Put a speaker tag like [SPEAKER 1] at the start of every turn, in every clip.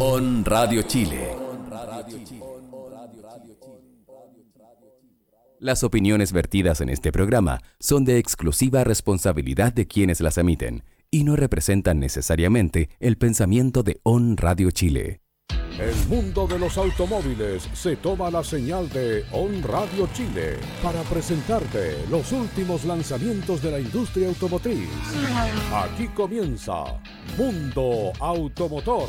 [SPEAKER 1] On Radio Chile. Las opiniones vertidas en este programa son de exclusiva responsabilidad de quienes las emiten y no representan necesariamente el pensamiento de On Radio Chile.
[SPEAKER 2] El mundo de los automóviles se toma la señal de On Radio Chile para presentarte los últimos lanzamientos de la industria automotriz. Aquí comienza Mundo Automotor.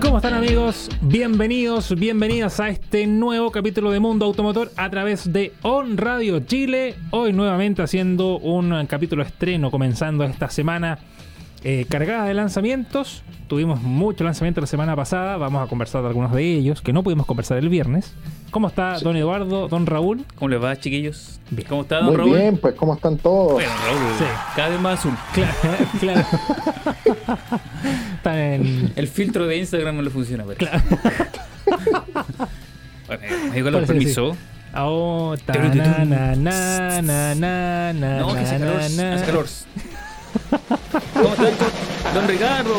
[SPEAKER 3] ¿Cómo están amigos? Bienvenidos, bienvenidas a este nuevo capítulo de Mundo Automotor a través de On Radio Chile. Hoy nuevamente haciendo un capítulo estreno comenzando esta semana. Eh, cargada de lanzamientos. Tuvimos mucho lanzamiento la semana pasada. Vamos a conversar de algunos de ellos que no pudimos conversar el viernes. ¿Cómo está don Eduardo, don Raúl?
[SPEAKER 4] ¿Cómo les va, chiquillos?
[SPEAKER 3] Bien.
[SPEAKER 4] ¿Cómo está, don
[SPEAKER 5] Muy
[SPEAKER 4] Raúl?
[SPEAKER 5] bien, pues ¿cómo están todos?
[SPEAKER 4] Bueno, Raúl,
[SPEAKER 3] Sí.
[SPEAKER 4] cada vez más azul.
[SPEAKER 3] Claro, claro. Están en.
[SPEAKER 4] El filtro de Instagram no le funciona, parece.
[SPEAKER 3] Claro.
[SPEAKER 4] Bueno, ahí con el
[SPEAKER 3] Parece que
[SPEAKER 4] permiso.
[SPEAKER 3] Oh, ta- na- na- na- na- na- na-
[SPEAKER 4] No, que hace
[SPEAKER 3] na-
[SPEAKER 4] calor,
[SPEAKER 3] na-
[SPEAKER 4] hace calor. ¿Cómo están, don- don Ricardo?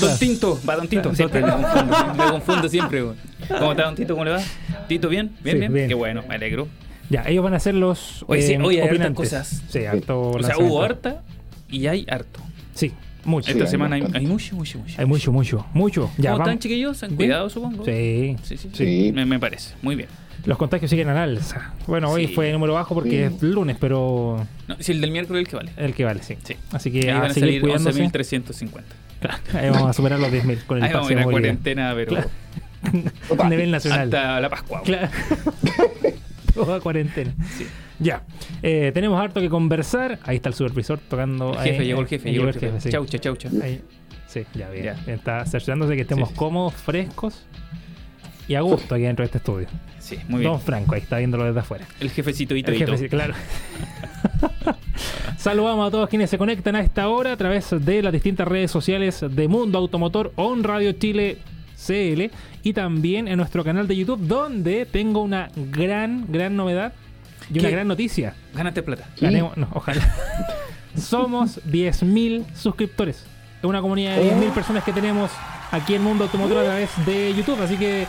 [SPEAKER 4] Don Tinto, va Don Tinto,
[SPEAKER 3] Don
[SPEAKER 4] siempre me
[SPEAKER 3] Tinto.
[SPEAKER 4] confundo, siempre- me confundo siempre. güey. ¿Cómo está Don Tito? ¿Cómo le va? ¿Tito bien? ¿Bien,
[SPEAKER 3] Sí,
[SPEAKER 4] bien?
[SPEAKER 3] bien.
[SPEAKER 4] Qué bueno, me alegro.
[SPEAKER 3] Ya, ellos van a ser los. eh,
[SPEAKER 4] Oye, sí, oye, hay hartas
[SPEAKER 3] opinantes.
[SPEAKER 4] cosas.
[SPEAKER 3] Sí, harto
[SPEAKER 4] O sea,
[SPEAKER 3] lanzamiento.
[SPEAKER 4] hubo harta y hay harto.
[SPEAKER 3] Sí, mucho.
[SPEAKER 4] Esta
[SPEAKER 5] hay
[SPEAKER 4] semana hay,
[SPEAKER 5] bastante.
[SPEAKER 4] hay mucho, mucho, mucho.
[SPEAKER 3] Hay mucho, mucho, mucho. Ya,
[SPEAKER 4] ¿Cómo
[SPEAKER 3] vamos.
[SPEAKER 4] están, chiquillos? ¿Se han
[SPEAKER 3] Bien.
[SPEAKER 4] cuidado, supongo?
[SPEAKER 3] Sí,
[SPEAKER 4] Sí, sí,
[SPEAKER 5] Sí.
[SPEAKER 4] Me, me parece. Muy bien.
[SPEAKER 3] Los contagios siguen al alza. Bueno, hoy
[SPEAKER 4] Sí.
[SPEAKER 3] fue número bajo porque
[SPEAKER 5] Sí.
[SPEAKER 3] es lunes, pero
[SPEAKER 4] No, si el del miércoles es el que vale.
[SPEAKER 3] el que vale, sí.
[SPEAKER 4] Sí.
[SPEAKER 3] Así
[SPEAKER 4] Y
[SPEAKER 3] que
[SPEAKER 4] ahí van
[SPEAKER 3] a
[SPEAKER 4] a
[SPEAKER 3] seguir
[SPEAKER 4] salir
[SPEAKER 3] cuidándose.
[SPEAKER 4] 11.350.
[SPEAKER 3] Ahí vamos a superar los 10.000 con el
[SPEAKER 4] Ahí
[SPEAKER 3] pase
[SPEAKER 4] vamos a ir a
[SPEAKER 3] movilidad.
[SPEAKER 4] cuarentena, pero
[SPEAKER 3] Claro.
[SPEAKER 5] Total.
[SPEAKER 3] nivel nacional.
[SPEAKER 4] hasta la Pascua. güey.
[SPEAKER 3] Claro. Toda cuarentena.
[SPEAKER 4] Sí.
[SPEAKER 3] Ya. Eh, tenemos harto que conversar. Ahí está el supervisor tocando.
[SPEAKER 4] El jefe,
[SPEAKER 3] ahí,
[SPEAKER 4] llegó el
[SPEAKER 3] eh,
[SPEAKER 4] jefe,
[SPEAKER 3] ahí
[SPEAKER 4] llegó el
[SPEAKER 3] llegó el
[SPEAKER 4] jefe.
[SPEAKER 3] sí.
[SPEAKER 4] Chau, chau, chau, chau.
[SPEAKER 3] Ahí. Sí, ya bien.
[SPEAKER 4] Ya.
[SPEAKER 3] Está cerciorándose de que estemos
[SPEAKER 4] Sí, sí.
[SPEAKER 3] cómodos, frescos y a gusto aquí dentro de este estudio.
[SPEAKER 4] Sí, muy bien.
[SPEAKER 3] Don Franco, ahí está viéndolo desde afuera.
[SPEAKER 4] El jefecito Ito
[SPEAKER 3] El
[SPEAKER 4] Ito.
[SPEAKER 3] jefe, sí, claro. Saludamos a todos quienes se conectan a esta hora a través de las distintas redes sociales de Mundo Automotor On Radio Chile CL y también en nuestro canal de YouTube donde tengo una gran, gran novedad y una
[SPEAKER 4] ¿Qué?
[SPEAKER 3] gran noticia.
[SPEAKER 4] Gánate plata.
[SPEAKER 5] ¿Sí?
[SPEAKER 3] Ganemos- no, ojalá. Somos 10.000 suscriptores. Es Una comunidad de
[SPEAKER 4] Oh.
[SPEAKER 3] 10.000 personas que tenemos aquí en Mundo Automotor a través de YouTube. Así que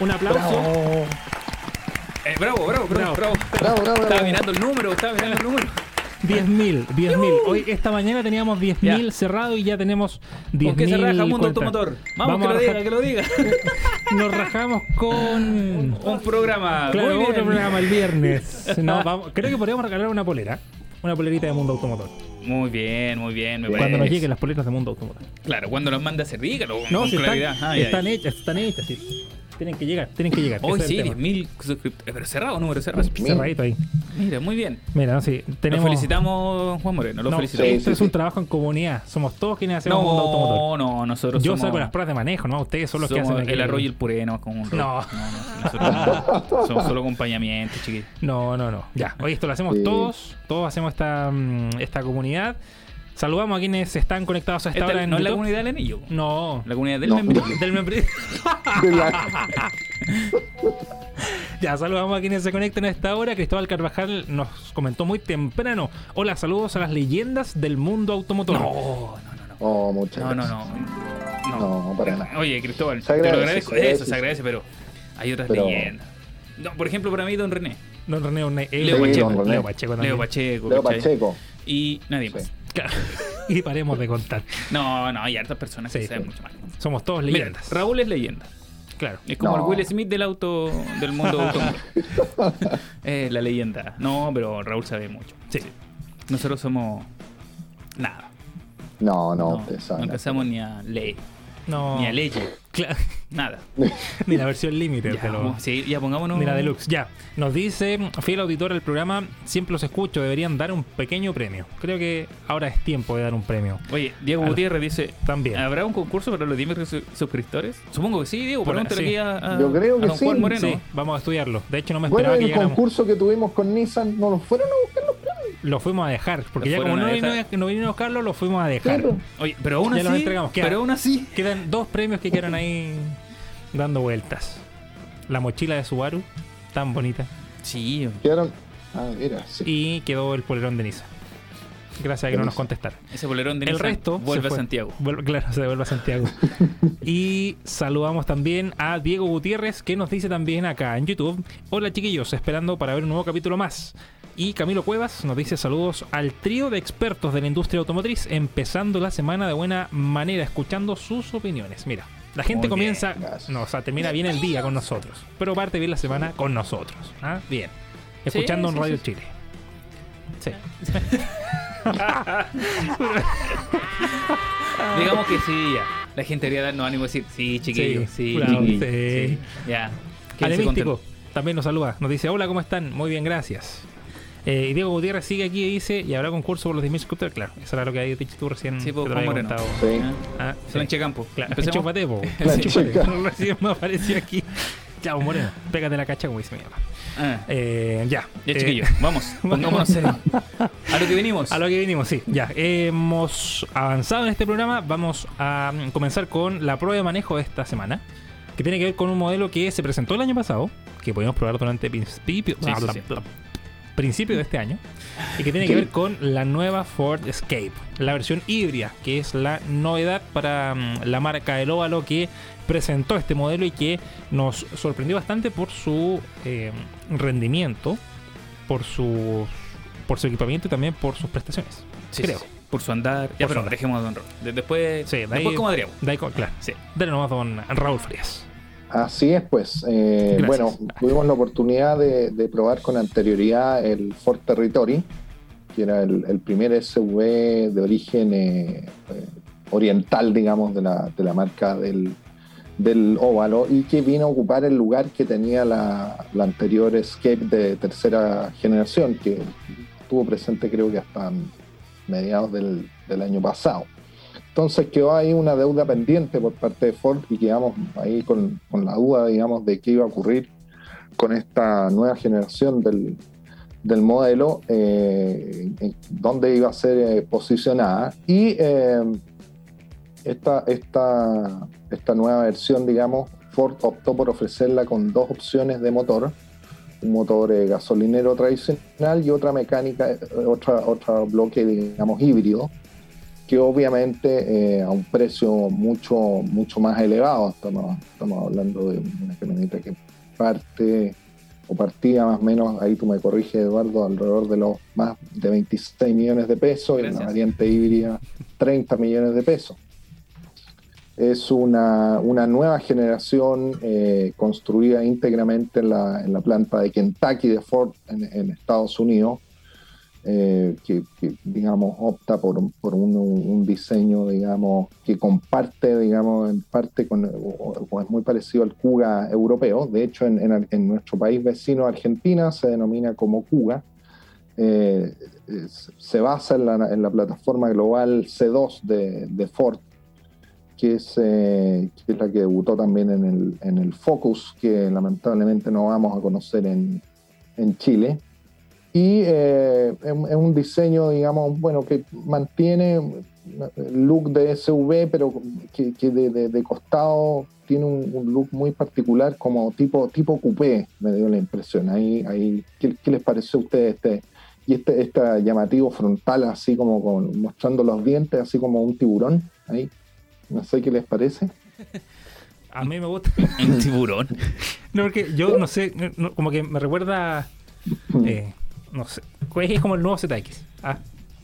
[SPEAKER 3] un aplauso.
[SPEAKER 5] Bravo,
[SPEAKER 4] Eh, bravo, bravo, bravo,
[SPEAKER 3] Bravo.
[SPEAKER 4] bravo.
[SPEAKER 5] bravo, bravo.
[SPEAKER 4] Estaba mirando el número, estaba mirando el número.
[SPEAKER 3] 10.000, 10.000. Hoy, esta mañana teníamos 10.000
[SPEAKER 4] Ya.
[SPEAKER 3] cerrado y ya tenemos 10.000.
[SPEAKER 4] ¿Con qué se raja Mundo
[SPEAKER 3] cuentas.
[SPEAKER 4] Automotor? Vamos, que
[SPEAKER 3] a
[SPEAKER 4] lo diga,
[SPEAKER 3] rajar-
[SPEAKER 4] que lo diga.
[SPEAKER 3] Nos rajamos con.
[SPEAKER 4] Un programa.
[SPEAKER 3] Claro,
[SPEAKER 4] muy
[SPEAKER 3] otro
[SPEAKER 4] bien.
[SPEAKER 3] programa el viernes. No, vamos- creo que podríamos regalar una polera. Una polerita de Mundo Automotor.
[SPEAKER 4] Muy bien, muy bien, me
[SPEAKER 3] Cuando nos
[SPEAKER 4] parece.
[SPEAKER 3] lleguen las poleras de Mundo Automotor.
[SPEAKER 4] Claro, cuando nos manda hacer, dígalo.
[SPEAKER 3] No,
[SPEAKER 4] con
[SPEAKER 3] si están,
[SPEAKER 4] claridad. Ah, ya,
[SPEAKER 3] están
[SPEAKER 4] ya.
[SPEAKER 3] hechas, están hechas, sí. Tienen que llegar, tienen que llegar.
[SPEAKER 4] Hoy
[SPEAKER 3] Ese es el
[SPEAKER 4] sí,
[SPEAKER 3] tema.
[SPEAKER 4] 10.000 suscriptores. Pero cerrado, número cerrado.
[SPEAKER 5] Mil.
[SPEAKER 3] Cerradito ahí.
[SPEAKER 4] Mira, muy bien.
[SPEAKER 3] Mira, no, sí, tenemos.
[SPEAKER 4] Lo felicitamos, Juan Moreno, lo
[SPEAKER 3] No,
[SPEAKER 4] felicitamos.
[SPEAKER 3] Esto
[SPEAKER 5] Sí, sí,
[SPEAKER 3] es un
[SPEAKER 5] sí.
[SPEAKER 3] trabajo en comunidad. Somos todos quienes hacemos Mundo Automotor.
[SPEAKER 4] No, no, nosotros
[SPEAKER 3] Yo
[SPEAKER 4] somos,
[SPEAKER 3] saco las pruebas de manejo, ¿no? Ustedes son los que
[SPEAKER 4] somos
[SPEAKER 3] hacen
[SPEAKER 4] el
[SPEAKER 3] aquel-
[SPEAKER 4] arroyo y el puré, no con un
[SPEAKER 3] No.
[SPEAKER 4] no, nosotros no, somos solo acompañamiento, chiquito.
[SPEAKER 3] No, no, no. Ya,
[SPEAKER 4] Ah.
[SPEAKER 3] hoy esto lo hacemos
[SPEAKER 5] Sí.
[SPEAKER 3] todos. Todos hacemos esta, mm, esta comunidad. Saludamos a quienes están conectados a esta,
[SPEAKER 4] Esta
[SPEAKER 3] hora en
[SPEAKER 4] Este, no es la
[SPEAKER 3] YouTube.
[SPEAKER 4] comunidad del anillo.
[SPEAKER 3] No.
[SPEAKER 4] La comunidad del
[SPEAKER 5] No.
[SPEAKER 4] membrillo.
[SPEAKER 3] Del membrillo.
[SPEAKER 5] De la-
[SPEAKER 3] Ya, saludamos a quienes se conectan a esta hora. Cristóbal Carvajal nos comentó muy temprano. Hola, saludos a las leyendas del mundo automotor.
[SPEAKER 4] No, no, no, no.
[SPEAKER 5] Oh, muchas
[SPEAKER 4] No, no,
[SPEAKER 5] gracias.
[SPEAKER 4] no.
[SPEAKER 5] No, para nada.
[SPEAKER 4] Oye, Cristóbal,
[SPEAKER 5] Se
[SPEAKER 4] te lo
[SPEAKER 5] agradece,
[SPEAKER 4] agradezco.
[SPEAKER 5] se agradece.
[SPEAKER 4] Eso, se agradece, pero hay otras
[SPEAKER 5] Pero-
[SPEAKER 4] leyendas. No, por ejemplo, para mí, don René.
[SPEAKER 3] Don René, Orne- eh,
[SPEAKER 4] Leo Pacheco.
[SPEAKER 3] Leo
[SPEAKER 5] Leo
[SPEAKER 3] Pacheco también.
[SPEAKER 4] Leo Pacheco.
[SPEAKER 5] Leo
[SPEAKER 4] ¿cachai?
[SPEAKER 5] Pacheco.
[SPEAKER 4] Y nadie
[SPEAKER 5] Sí.
[SPEAKER 4] más.
[SPEAKER 3] Claro. y paremos de contar.
[SPEAKER 4] No, no, hay hartas personas que
[SPEAKER 3] Sí.
[SPEAKER 4] saben mucho más. Mira,
[SPEAKER 3] Somos todos leyendas.
[SPEAKER 4] Raúl es leyenda.
[SPEAKER 3] claro.
[SPEAKER 4] Es como el
[SPEAKER 5] No.
[SPEAKER 4] Will Smith del auto del mundo automóvil. Eh, la leyenda. No, pero Raúl sabe mucho.
[SPEAKER 3] Sí.
[SPEAKER 4] Nosotros somos nada.
[SPEAKER 5] No, no,
[SPEAKER 4] No,
[SPEAKER 5] ustedes
[SPEAKER 4] no
[SPEAKER 5] saben.
[SPEAKER 4] alcanzamos ni a ley,
[SPEAKER 3] No.
[SPEAKER 4] ni a leyes,
[SPEAKER 3] Claro.
[SPEAKER 4] nada.
[SPEAKER 3] Ni la versión límite.
[SPEAKER 4] Ya,
[SPEAKER 3] te lo-
[SPEAKER 4] vamos, sí, ya pongámonos.
[SPEAKER 3] Ni la deluxe, ya. Nos dice, fiel auditor del programa, siempre los escucho, deberían dar un pequeño premio. Creo que ahora es tiempo de dar un premio.
[SPEAKER 4] Oye, Diego
[SPEAKER 3] Al-
[SPEAKER 4] Gutiérrez dice:
[SPEAKER 3] También.
[SPEAKER 4] ¿Habrá un concurso para los 10.000 su- suscriptores? Supongo que sí, Diego.
[SPEAKER 3] Por-
[SPEAKER 4] Pregúntale
[SPEAKER 3] sí.
[SPEAKER 4] aquí a, a-
[SPEAKER 5] Yo creo
[SPEAKER 4] a
[SPEAKER 5] que
[SPEAKER 4] don Juan
[SPEAKER 5] sí.
[SPEAKER 4] Moreno.
[SPEAKER 3] Sí, vamos a estudiarlo. De hecho, no me
[SPEAKER 5] Bueno,
[SPEAKER 3] esperaba que
[SPEAKER 5] el
[SPEAKER 3] llegáramos.
[SPEAKER 5] concurso que tuvimos con Nissan, ¿no nos fueron a buscar los premios?
[SPEAKER 3] Lo fuimos a dejar, porque
[SPEAKER 4] Lo
[SPEAKER 3] ya como
[SPEAKER 4] fueron
[SPEAKER 3] no
[SPEAKER 4] a
[SPEAKER 3] vino,
[SPEAKER 4] dejar.
[SPEAKER 3] no vino Carlos, lo fuimos a dejar.
[SPEAKER 5] Claro.
[SPEAKER 4] Oye, pero aún
[SPEAKER 3] Ya los
[SPEAKER 4] así.
[SPEAKER 3] entregamos, ¿qué
[SPEAKER 4] Pero
[SPEAKER 3] hago?
[SPEAKER 4] aún así.
[SPEAKER 3] Quedan dos premios que quedaron ahí dando vueltas. La mochila de Subaru, tan bonita.
[SPEAKER 4] Sí,
[SPEAKER 5] Quedaron. Ah, mira, sí.
[SPEAKER 3] Y quedó el polerón de Niza. gracias a que no nos contestaron.
[SPEAKER 4] Ese bolerón de
[SPEAKER 3] El
[SPEAKER 4] Nissan
[SPEAKER 3] resto se
[SPEAKER 4] vuelve a
[SPEAKER 3] fue.
[SPEAKER 4] Santiago.
[SPEAKER 3] Vuelve- claro, se devuelve a Santiago. y saludamos también a Diego Gutiérrez, que nos dice también acá en YouTube: Hola chiquillos, esperando para ver un nuevo capítulo más. Y Camilo Cuevas nos dice saludos al trío de expertos de la industria automotriz, empezando la semana de buena manera, escuchando sus opiniones. Mira, la gente
[SPEAKER 4] Muy bien,
[SPEAKER 3] comienza,
[SPEAKER 5] gracias.
[SPEAKER 3] no, o sea, termina bien el día con nosotros, pero parte bien la semana con nosotros. ¿ah? Bien, escuchando
[SPEAKER 4] sí,
[SPEAKER 3] en Radio
[SPEAKER 4] sí,
[SPEAKER 3] Chile. Sí.
[SPEAKER 4] Digamos que sí, ya. La gente debería darnos ánimo y decir, sí, chiquillos,
[SPEAKER 3] Sí,
[SPEAKER 4] sí,
[SPEAKER 3] claro,
[SPEAKER 4] chiquillos,
[SPEAKER 3] sí.
[SPEAKER 4] sí, Ya. Quédense
[SPEAKER 3] Alemístico
[SPEAKER 4] contentos.
[SPEAKER 3] también nos saluda. Nos dice, hola, ¿cómo están? Muy bien, gracias. Eh, y Diego Gutiérrez sigue aquí y dice, ¿y habrá concurso por los 10.000 suscriptores? Claro, eso era lo que habías dicho tú recién.
[SPEAKER 4] Sí, pues,
[SPEAKER 3] que
[SPEAKER 4] po,
[SPEAKER 3] Mm, te
[SPEAKER 4] Juan
[SPEAKER 3] lo había
[SPEAKER 4] Moreno.
[SPEAKER 3] contado.
[SPEAKER 5] Sí.
[SPEAKER 4] Ah,
[SPEAKER 3] Ah, sí.
[SPEAKER 4] Sánchez Campo.
[SPEAKER 3] Claro,
[SPEAKER 4] Empecemos.
[SPEAKER 3] chúpate, po.
[SPEAKER 5] La
[SPEAKER 3] Chúpate.
[SPEAKER 5] chica.
[SPEAKER 3] Recién me apareció aquí. Chao, Moreno. Pégate la cacha, como dice mi papá.
[SPEAKER 4] Ah,
[SPEAKER 3] Eh, ya.
[SPEAKER 4] Ya,
[SPEAKER 3] Eh,
[SPEAKER 4] chiquillos, vamos, pongámonos serios. A lo que venimos.
[SPEAKER 3] A lo que vinimos, sí. Ya, hemos avanzado en este programa. Vamos a mm, comenzar con la prueba de manejo de esta semana, que tiene que ver con un modelo que se presentó el año pasado, que pudimos probar durante principio, Ah,
[SPEAKER 4] Sí, sí, sí.
[SPEAKER 3] principio de este año, y que tiene que ver con la nueva Ford Escape, la versión híbrida, que es la novedad para mm, la marca El Óvalo que presentó este modelo y que nos sorprendió bastante por su eh, rendimiento, por su por su equipamiento y también por sus prestaciones.
[SPEAKER 4] Sí,
[SPEAKER 3] creo.
[SPEAKER 4] sí, sí. Por su
[SPEAKER 3] Por
[SPEAKER 4] andar. Ya,
[SPEAKER 3] su
[SPEAKER 4] pero
[SPEAKER 3] andar.
[SPEAKER 4] dejemos a Don Ro. De- Después,
[SPEAKER 3] Sí, de ahí-
[SPEAKER 4] después comadreamos.
[SPEAKER 3] De ahí con- claro.
[SPEAKER 4] Sí.
[SPEAKER 3] Dale nomás don Raúl Frías.
[SPEAKER 5] Así es, pues. Eh,
[SPEAKER 3] Gracias.
[SPEAKER 5] bueno, tuvimos la oportunidad de, de probar con anterioridad el Ford Territory, que era el, el primer SUV de origen eh, eh, oriental, digamos, de la, de la marca del, del óvalo y que vino a ocupar el lugar que tenía la, la anterior Escape de tercera generación, que estuvo presente creo que hasta mediados del, del año pasado. Entonces quedó ahí una deuda pendiente por parte de Ford y quedamos ahí con, con la duda, digamos, de qué iba a ocurrir con esta nueva generación del, del modelo, eh, en- en dónde iba a ser eh, posicionada. Y eh, esta, esta, esta nueva versión, digamos, Ford optó por ofrecerla con dos opciones de motor. Un motor eh, gasolinero tradicional y otra mecánica, eh, otra, otro bloque, digamos, híbrido que obviamente eh, a un precio mucho, mucho más elevado, estamos, estamos hablando de una camioneta que parte o partía más o menos, ahí tú me corriges Eduardo, alrededor de los más de 26 millones de pesos y
[SPEAKER 4] Gracias.
[SPEAKER 5] una variante híbrida 30 millones de pesos. Es una, una nueva generación eh, construida íntegramente en la, en la planta de Kentucky de Ford en- en Estados Unidos eh, que, que, digamos opta por, por un, un diseño digamos que comparte digamos en parte con o- o es muy parecido al Kuga europeo de hecho en, en- en nuestro país vecino Argentina se denomina como Kuga Eh, es- se basa en la, en la plataforma global C2 de, de Ford que es, eh, que es la que debutó también en el, en el Focus, que lamentablemente no vamos a conocer en, en Chile. Y eh, es es un diseño, digamos, bueno, que mantiene el look de SUV, pero que, que de, de- de costado tiene un, un look muy particular, como tipo, tipo coupé, me dio la impresión. Ahí, ahí, ¿qué, qué les pareció a ustedes este, y este, este llamativo frontal, así como con- mostrando los dientes, así como un tiburón? Ahí, no sé qué les parece.
[SPEAKER 3] A mí me gusta.
[SPEAKER 4] Un tiburón.
[SPEAKER 3] No, porque yo no sé, no- no, como que me recuerda. eh, no sé. Es como el nuevo ZX. Ah,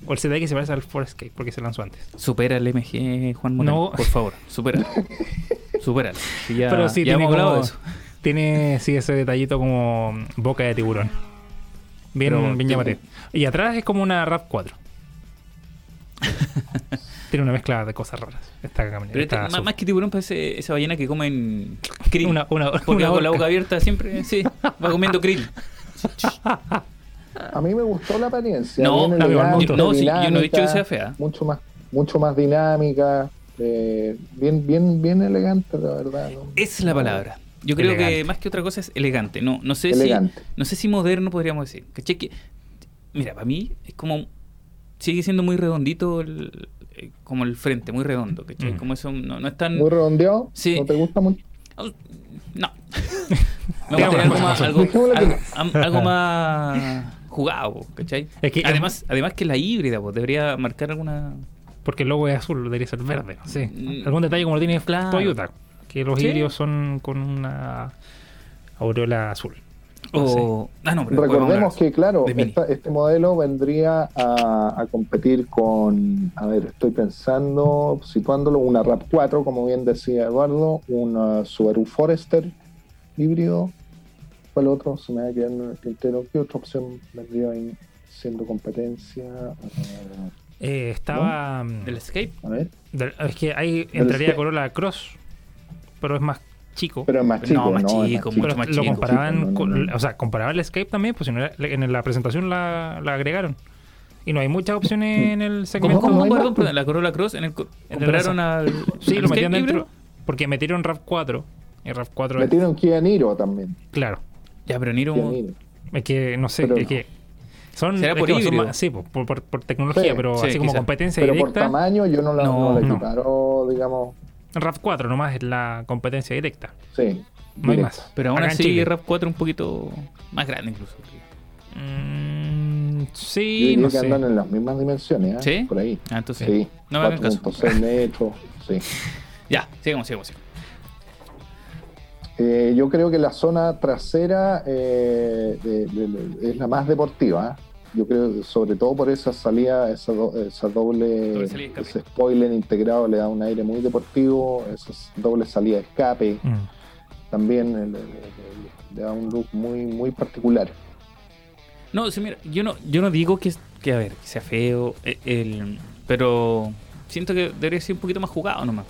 [SPEAKER 3] o el ZX se parece al Forescape porque se lanzó antes.
[SPEAKER 4] Supera el MG, Juan Moreno.
[SPEAKER 3] No.
[SPEAKER 4] Por favor, supéralo. Supéralo. Si ya,
[SPEAKER 3] Pero sí,
[SPEAKER 4] ya
[SPEAKER 3] tiene
[SPEAKER 4] hemos hablado
[SPEAKER 3] como-
[SPEAKER 4] de eso.
[SPEAKER 3] Tiene, sí, ese detallito como boca de tiburón. Bien,
[SPEAKER 4] Pero-
[SPEAKER 3] bien llamativo. Y atrás es como una RAP 4. tiene una mezcla de cosas raras. Esta camioneta.
[SPEAKER 4] Pero este-
[SPEAKER 3] esta
[SPEAKER 4] más,
[SPEAKER 3] sub.
[SPEAKER 4] más que tiburón parece esa ballena que comen krill.
[SPEAKER 3] Una- una-
[SPEAKER 4] porque
[SPEAKER 3] una
[SPEAKER 4] con
[SPEAKER 3] orca.
[SPEAKER 4] la boca abierta siempre, sí, va comiendo krill.
[SPEAKER 5] A mí me gustó la apariencia.
[SPEAKER 4] No,
[SPEAKER 5] bien
[SPEAKER 3] la veo al
[SPEAKER 5] elegante,
[SPEAKER 4] monto. No, sí, yo no he dicho que sea
[SPEAKER 5] dinámica,
[SPEAKER 4] fea.
[SPEAKER 5] Mucho más, mucho más dinámica, eh, bien, bien, bien elegante, la verdad. ¿no?
[SPEAKER 4] Esa es la palabra. Yo creo
[SPEAKER 3] Elegante.
[SPEAKER 4] que más que otra cosa es elegante. No, no sé
[SPEAKER 5] Elegante.
[SPEAKER 4] si no sé si moderno podríamos decir. ¿Cachai? Que, mira, para mí es como sigue siendo muy redondito el- eh, como el frente, muy redondo, ¿cachai?
[SPEAKER 3] Mm.
[SPEAKER 4] Como eso no, no es tan
[SPEAKER 5] Muy redondeado.
[SPEAKER 4] Sí.
[SPEAKER 5] ¿No te gusta mucho?
[SPEAKER 4] no. Me gustaría algo más algo,
[SPEAKER 5] Dejémoslo
[SPEAKER 4] algo- am- algo más jugado, po, ¿cachai?
[SPEAKER 3] Es que-
[SPEAKER 4] además, además que la híbrida, pues debería marcar alguna.
[SPEAKER 3] Porque el logo es azul, debería ser verde. No sé.
[SPEAKER 4] Mm.
[SPEAKER 3] Algún detalle como lo tiene
[SPEAKER 4] Claro.
[SPEAKER 3] Toyota. Que los
[SPEAKER 4] Sí.
[SPEAKER 3] híbridos son con una aureola azul. No sé.
[SPEAKER 4] O. Ah, no, pero después vamos a hablar
[SPEAKER 5] Recordemos que, claro,
[SPEAKER 4] de Mini.
[SPEAKER 5] esta- este modelo vendría a, a competir con, a ver, estoy pensando, situándolo, una RAV4, como bien decía Eduardo, una Subaru Forester híbrido. ¿Cuál otro? Se me va a quedar en el tintero. ¿Qué otra opción vendría ahí siendo competencia? Eh,
[SPEAKER 3] Eh, estaba. mm,
[SPEAKER 4] del escape.
[SPEAKER 5] A ver,
[SPEAKER 3] del- es que ahí
[SPEAKER 5] del
[SPEAKER 3] entraría
[SPEAKER 5] Sky-
[SPEAKER 3] Corolla Cross, pero es más chico.
[SPEAKER 5] pero es más chico,
[SPEAKER 4] No,
[SPEAKER 5] ¿no?
[SPEAKER 4] más
[SPEAKER 5] Es
[SPEAKER 4] chico,
[SPEAKER 3] Pero
[SPEAKER 4] mucho más
[SPEAKER 3] lo
[SPEAKER 4] chico.
[SPEAKER 3] comparaban
[SPEAKER 5] Chico, no, no,
[SPEAKER 3] con-
[SPEAKER 5] no.
[SPEAKER 3] o sea, comparaban el Escape también, pues si no era- en la presentación la, la agregaron. Y no hay muchas opciones en el
[SPEAKER 4] ¿Cómo,
[SPEAKER 3] segmento.
[SPEAKER 4] cómo,
[SPEAKER 5] Mm. ¿Cómo?
[SPEAKER 4] perdón, perdón, la Corolla Cross en el co-
[SPEAKER 3] En
[SPEAKER 4] compraron
[SPEAKER 3] la-
[SPEAKER 4] al
[SPEAKER 3] Sí,
[SPEAKER 4] al
[SPEAKER 3] lo metían
[SPEAKER 4] Escape
[SPEAKER 3] dentro.
[SPEAKER 4] híbrido?
[SPEAKER 3] Porque metieron RAV4. Y RAV4 es-
[SPEAKER 5] Metieron Kia Niro también.
[SPEAKER 3] Claro.
[SPEAKER 4] Ya, pero Niro
[SPEAKER 5] Kia Niro.
[SPEAKER 3] Es que, no sé,
[SPEAKER 5] Pero
[SPEAKER 3] es
[SPEAKER 5] no.
[SPEAKER 3] que. Son,
[SPEAKER 4] Será
[SPEAKER 3] es
[SPEAKER 4] por
[SPEAKER 3] que son
[SPEAKER 4] híbrido.
[SPEAKER 3] más- sí, por, por- por tecnología,
[SPEAKER 5] Sí,
[SPEAKER 3] pero
[SPEAKER 4] sí,
[SPEAKER 3] así como
[SPEAKER 4] quizá.
[SPEAKER 3] competencia
[SPEAKER 5] Pero por
[SPEAKER 3] directa.
[SPEAKER 5] tamaño yo no la,
[SPEAKER 4] No,
[SPEAKER 5] no, la
[SPEAKER 3] no.
[SPEAKER 5] equiparo, digamos.
[SPEAKER 3] RAV4 nomás es la competencia directa.
[SPEAKER 5] Sí.
[SPEAKER 3] No hay
[SPEAKER 5] directo.
[SPEAKER 3] más.
[SPEAKER 4] pero aún
[SPEAKER 3] Acá en
[SPEAKER 4] así
[SPEAKER 3] Chile.
[SPEAKER 4] RAV 4 un poquito más grande incluso.
[SPEAKER 3] Mm,
[SPEAKER 5] Yo
[SPEAKER 3] sí,
[SPEAKER 5] diría
[SPEAKER 3] no
[SPEAKER 5] que
[SPEAKER 3] sé.
[SPEAKER 5] andan en las mismas dimensiones, ¿eh?
[SPEAKER 4] ¿Sí?
[SPEAKER 5] Por ahí.
[SPEAKER 4] Ah, entonces
[SPEAKER 5] Sí,
[SPEAKER 4] no me hagan caso.
[SPEAKER 5] 4.6 metros, sí.
[SPEAKER 4] Ya, sigamos, sigamos, sigamos.
[SPEAKER 5] Eh, yo creo que la zona trasera eh, de- de- de- es la más deportiva. ¿eh? Yo creo, sobre todo por esa salida, esa, do- esa doble,
[SPEAKER 4] Doble salida de escape.
[SPEAKER 5] ese spoiler integrado le da un aire muy deportivo, esa s- doble salida de escape
[SPEAKER 3] Mm.
[SPEAKER 5] también eh, le, le- le da un look muy, muy particular.
[SPEAKER 4] No, sí, mira, yo no, yo no digo que, que a ver, que sea feo, eh, el, pero siento que debería ser un poquito más jugado nomás.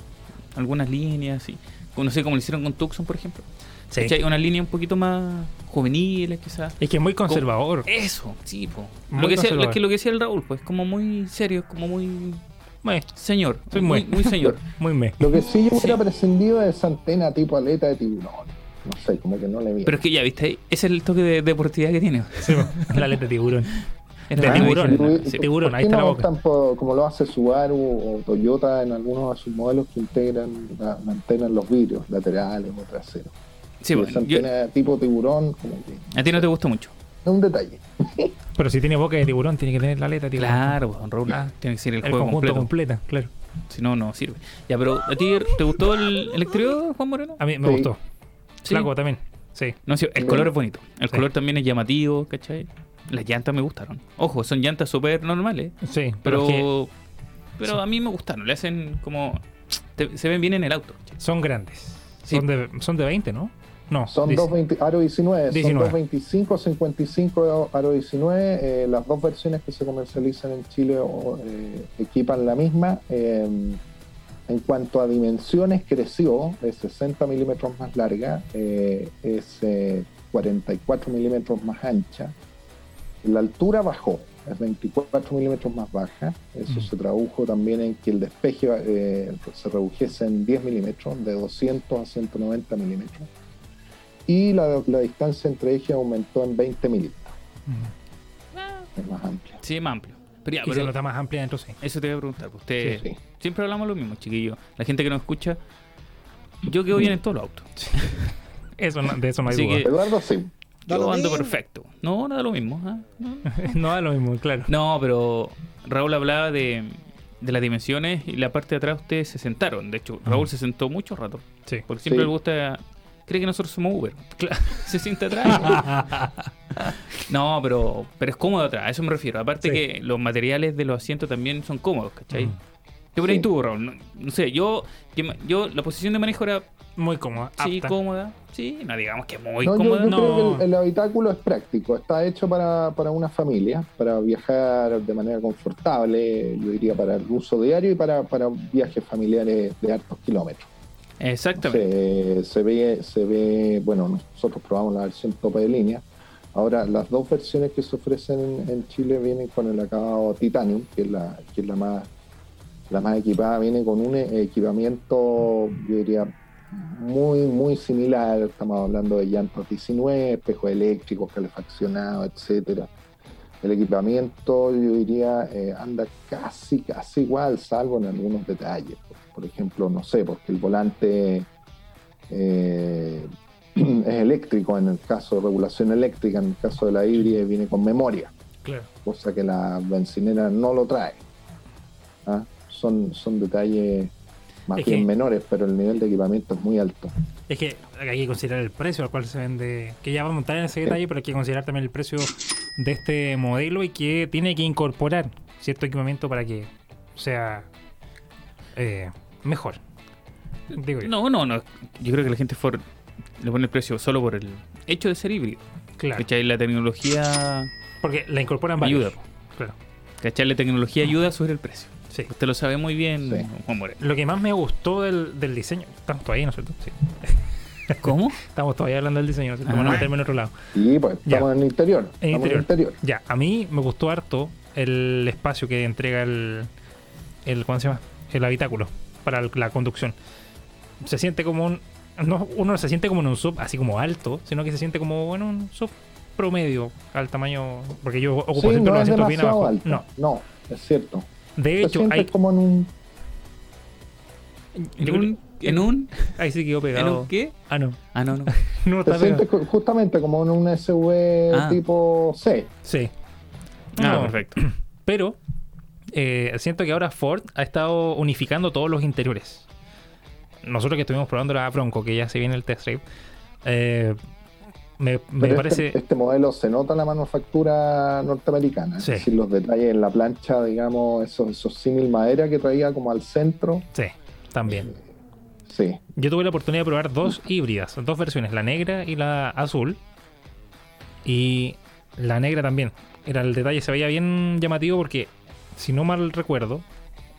[SPEAKER 4] Algunas líneas, sí. No sé cómo lo hicieron con Tucson, por ejemplo.
[SPEAKER 3] Sí.
[SPEAKER 4] hay Una línea un poquito más juveniles, quizás.
[SPEAKER 3] Es que es muy conservador.
[SPEAKER 4] Eso, sí, po.
[SPEAKER 3] Muy
[SPEAKER 4] Lo que, sea,
[SPEAKER 3] conservador.
[SPEAKER 4] lo, que, lo que decía el Raúl, pues, como muy serio, como muy
[SPEAKER 3] Bueno,
[SPEAKER 4] señor.
[SPEAKER 3] Soy
[SPEAKER 4] muy,
[SPEAKER 3] muy-
[SPEAKER 4] muy señor.
[SPEAKER 3] muy me.
[SPEAKER 5] Lo que sí yo hubiera
[SPEAKER 4] Sí.
[SPEAKER 5] prescindido es esa antena tipo aleta de tiburón. No sé, como que no le vi.
[SPEAKER 4] Pero es que ya, viste, ese es el toque de deportividad que tiene.
[SPEAKER 3] Sí, la letra tiburón.
[SPEAKER 4] Era
[SPEAKER 3] De
[SPEAKER 4] lo que
[SPEAKER 3] tiburón.
[SPEAKER 4] dijeron, ¿no?
[SPEAKER 5] Tibu-
[SPEAKER 4] Sí.
[SPEAKER 3] tiburón,
[SPEAKER 5] ¿por
[SPEAKER 3] ahí
[SPEAKER 5] qué
[SPEAKER 3] está
[SPEAKER 5] no
[SPEAKER 3] la boca.
[SPEAKER 5] optan por- como lo hace Subaru o Toyota en algunos de sus modelos que integran la, la antena en los vidrios laterales o traseros.
[SPEAKER 4] Sí,
[SPEAKER 5] Y
[SPEAKER 4] bueno,
[SPEAKER 5] esa
[SPEAKER 4] yo-
[SPEAKER 5] antena tipo tiburón, como que
[SPEAKER 4] a ti no te gusta mucho.
[SPEAKER 5] es un detalle.
[SPEAKER 3] Pero si tiene boca de tiburón, tiene que tener la letra tiburón.
[SPEAKER 4] Claro, pues, don Raúl.
[SPEAKER 3] Ah,
[SPEAKER 4] tiene que ser el,
[SPEAKER 3] El
[SPEAKER 4] juego
[SPEAKER 3] conjunto
[SPEAKER 4] completo.
[SPEAKER 3] completa, claro.
[SPEAKER 4] Si no, no sirve. Ya, pero ¿a ti te gustó el electricidad, Juan Moreno?
[SPEAKER 3] A mí me
[SPEAKER 5] Sí.
[SPEAKER 3] gustó.
[SPEAKER 4] Sí.
[SPEAKER 3] Ah, Flaco también. Sí.
[SPEAKER 4] No, sí, el
[SPEAKER 5] Sí.
[SPEAKER 4] color es bonito. El
[SPEAKER 3] Sí.
[SPEAKER 4] color también es llamativo, ¿cachai? Las llantas me gustaron. Ojo, son llantas súper normales.
[SPEAKER 3] Sí, pero,
[SPEAKER 4] Pero,
[SPEAKER 3] es que
[SPEAKER 4] pero, a mí me gustaron. Le hacen como. te- se ven bien en el auto. ¿cachai?
[SPEAKER 3] son grandes.
[SPEAKER 4] Sí.
[SPEAKER 3] Son, de, son de 20, ¿no? No.
[SPEAKER 5] Son
[SPEAKER 3] dice-
[SPEAKER 5] 220, Aro 19,
[SPEAKER 3] 19.
[SPEAKER 5] son 225, 55 Aro 19. eh, las dos versiones que se comercializan en Chile o, eh, equipan la misma. eh, en cuanto a dimensiones, creció de 60 milímetros más larga, eh, es eh, 44 milímetros más ancha. La altura bajó, es 24 milímetros más baja. Eso
[SPEAKER 3] Mm.
[SPEAKER 5] se tradujo también en que el despeje eh, se redujese en 10 milímetros, de 200 a 190 milímetros. Y la, la distancia entre ejes aumentó en 20 milímetros,
[SPEAKER 3] Mm.
[SPEAKER 5] es más amplia.
[SPEAKER 4] Sí, más amplio. Pero ya,
[SPEAKER 3] Y
[SPEAKER 4] pero
[SPEAKER 3] se nota más amplia dentro, sí.
[SPEAKER 4] eso te voy a preguntar. pues, Usted,
[SPEAKER 5] Sí, sí.
[SPEAKER 4] Siempre hablamos lo mismo, chiquillo. La gente que nos escucha, yo quedo bien en todos los autos.
[SPEAKER 3] Eso no- de eso no hay
[SPEAKER 4] Así
[SPEAKER 3] duda.
[SPEAKER 4] que-
[SPEAKER 5] Eduardo, sí.
[SPEAKER 2] Da
[SPEAKER 4] Yo
[SPEAKER 2] lo
[SPEAKER 4] ando
[SPEAKER 2] mismo.
[SPEAKER 4] perfecto. No, nada lo mismo. ¿ah?
[SPEAKER 3] no da lo mismo, claro.
[SPEAKER 4] No, pero Raúl hablaba de, de las dimensiones y la parte de atrás ustedes se sentaron. De hecho,
[SPEAKER 3] Ah.
[SPEAKER 4] Raúl se sentó mucho rato.
[SPEAKER 3] Sí.
[SPEAKER 4] Porque siempre
[SPEAKER 5] Sí.
[SPEAKER 4] le gusta... Cree que nosotros somos Uber. Claro, se sienta atrás. no, pero, pero es cómodo atrás, a eso me refiero. Aparte
[SPEAKER 3] Sí.
[SPEAKER 4] que los materiales de los asientos también son cómodos, ¿cachai?
[SPEAKER 3] Mm.
[SPEAKER 4] ¿Qué por ahí
[SPEAKER 5] Sí.
[SPEAKER 4] tú, Raúl? No, no sé, yo, yo, me- yo la posición de manejo era
[SPEAKER 3] Muy cómoda.
[SPEAKER 4] sí,
[SPEAKER 3] apta.
[SPEAKER 4] cómoda. Sí, no digamos que muy
[SPEAKER 5] No, yo-
[SPEAKER 4] cómoda.
[SPEAKER 5] yo,
[SPEAKER 4] no.
[SPEAKER 5] creo
[SPEAKER 3] No.
[SPEAKER 5] que el, el habitáculo es práctico, está hecho para, para una familia, para viajar de manera confortable, yo diría para el uso diario y para, para viajes familiares de altos kilómetros.
[SPEAKER 4] Exactamente.
[SPEAKER 5] Se, se ve, se ve, bueno, nosotros probamos la versión tope de línea. Ahora, las dos versiones que se ofrecen en, en Chile vienen con el acabado Titanium, que es la, que es la más la más equipada viene con un e- equipamiento, yo diría, muy, muy similar. Estamos hablando de llantas 19, espejos eléctricos, calefaccionados, etcétera. El equipamiento, yo diría, eh, anda casi, casi igual, salvo en algunos detalles. Por, por ejemplo, no sé, porque el volante eh, es eléctrico en el caso de regulación eléctrica, en el caso de la híbrida, viene con memoria.
[SPEAKER 6] Claro.
[SPEAKER 5] cosa que la bencinera no lo trae. ¿Ah? Son, son detalles más
[SPEAKER 3] Es
[SPEAKER 5] bien
[SPEAKER 3] que-
[SPEAKER 5] menores, pero el nivel de equipamiento es muy alto.
[SPEAKER 3] Es que hay que considerar el precio al cual se vende, que ya vamos a entrar en ese detalle, pero hay que considerar también el precio de este modelo y que tiene que incorporar cierto equipamiento para que sea eh, mejor. Digo yo.
[SPEAKER 4] No, no, no. Yo creo que la gente Ford le pone el precio solo por el hecho de ser híbrido.
[SPEAKER 3] claro.
[SPEAKER 4] ¿Cachai? La tecnología
[SPEAKER 3] Porque la incorporan varios.
[SPEAKER 4] ayuda.
[SPEAKER 3] Claro.
[SPEAKER 4] ¿Cachai? La tecnología ayuda a subir el precio.
[SPEAKER 3] Sí.
[SPEAKER 4] Usted lo sabe muy bien,
[SPEAKER 5] Sí.
[SPEAKER 4] Juan Moreno.
[SPEAKER 3] Lo que más me gustó del, del diseño, estamos todavía, ¿no es cierto? Sí.
[SPEAKER 4] ¿Cómo? Ah.
[SPEAKER 3] Estamos todavía hablando del diseño, ¿no es cierto? Vamos a
[SPEAKER 4] Ajá.
[SPEAKER 3] meterme en otro lado.
[SPEAKER 5] Y pues
[SPEAKER 3] Ya.
[SPEAKER 5] estamos en el interior.
[SPEAKER 3] En
[SPEAKER 5] estamos
[SPEAKER 3] interior.
[SPEAKER 5] en el interior.
[SPEAKER 3] Ya, a mí me gustó harto el espacio que entrega el, el ¿cómo se llama? El habitáculo para el- la conducción. Se siente como un no, uno no se siente como en un sub así como alto, sino que se siente como bueno, un sub promedio al tamaño porque yo ocupo
[SPEAKER 5] Sí,
[SPEAKER 3] siempre
[SPEAKER 5] no
[SPEAKER 3] los
[SPEAKER 5] es
[SPEAKER 3] asientos bien
[SPEAKER 5] demasiado
[SPEAKER 3] abajo.
[SPEAKER 5] alto.
[SPEAKER 3] No,
[SPEAKER 5] No. es cierto.
[SPEAKER 3] de
[SPEAKER 5] Se
[SPEAKER 3] hecho
[SPEAKER 5] siente
[SPEAKER 3] hay
[SPEAKER 5] como en un...
[SPEAKER 4] ¿En
[SPEAKER 3] Yo
[SPEAKER 4] un, ¿En un?
[SPEAKER 3] ahí sí quedó
[SPEAKER 4] ¿En
[SPEAKER 3] pegado.
[SPEAKER 4] un qué?
[SPEAKER 3] Ah, no.
[SPEAKER 4] Ah, no, no.
[SPEAKER 3] No
[SPEAKER 5] Se
[SPEAKER 3] está
[SPEAKER 5] siente
[SPEAKER 3] pegado.
[SPEAKER 5] co- justamente como en un SUV
[SPEAKER 4] Ah.
[SPEAKER 5] tipo C.
[SPEAKER 3] Sí.
[SPEAKER 4] Ah,
[SPEAKER 3] No.
[SPEAKER 4] perfecto.
[SPEAKER 3] Pero eh, siento que ahora Ford ha estado unificando todos los interiores. Nosotros que estuvimos probando la Bronco, que ya se viene el test drive, eh, me, me
[SPEAKER 5] Pero
[SPEAKER 3] parece...
[SPEAKER 5] este, este modelo se nota la manufactura norteamericana.
[SPEAKER 3] Sí.
[SPEAKER 5] Es decir, los detalles en la plancha, digamos, esos, esos símil madera que traía como al centro.
[SPEAKER 3] Sí, también.
[SPEAKER 5] Sí,
[SPEAKER 3] Yo tuve la oportunidad de probar dos híbridas, dos versiones, la negra y la azul. Y la negra también. Era el detalle, se veía bien llamativo porque, si no mal recuerdo,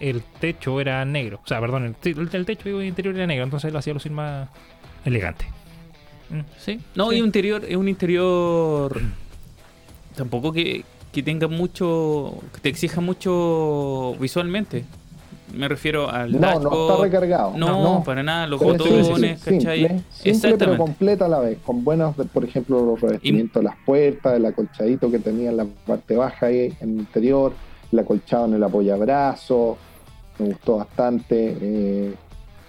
[SPEAKER 3] el techo era negro. O sea, perdón, el, te- el techo digo, interior era negro, entonces lo hacía lucir más elegante.
[SPEAKER 4] Sí. No, y un interior, es un interior tampoco que, que tenga mucho, que te exija mucho visualmente. Me refiero al
[SPEAKER 5] No, no
[SPEAKER 4] dashboard.
[SPEAKER 5] está recargado.
[SPEAKER 4] No,
[SPEAKER 5] No.
[SPEAKER 4] para nada, los
[SPEAKER 5] Pero es simple,
[SPEAKER 4] botones, ¿cachai?
[SPEAKER 5] Simple, simple pero
[SPEAKER 4] Exactamente.
[SPEAKER 5] completa a la vez, con buenos, por ejemplo, los revestimientos de las puertas, el acolchadito que tenía en la parte baja ahí en el interior, el acolchado en el apoyabrazo, me gustó bastante. eh,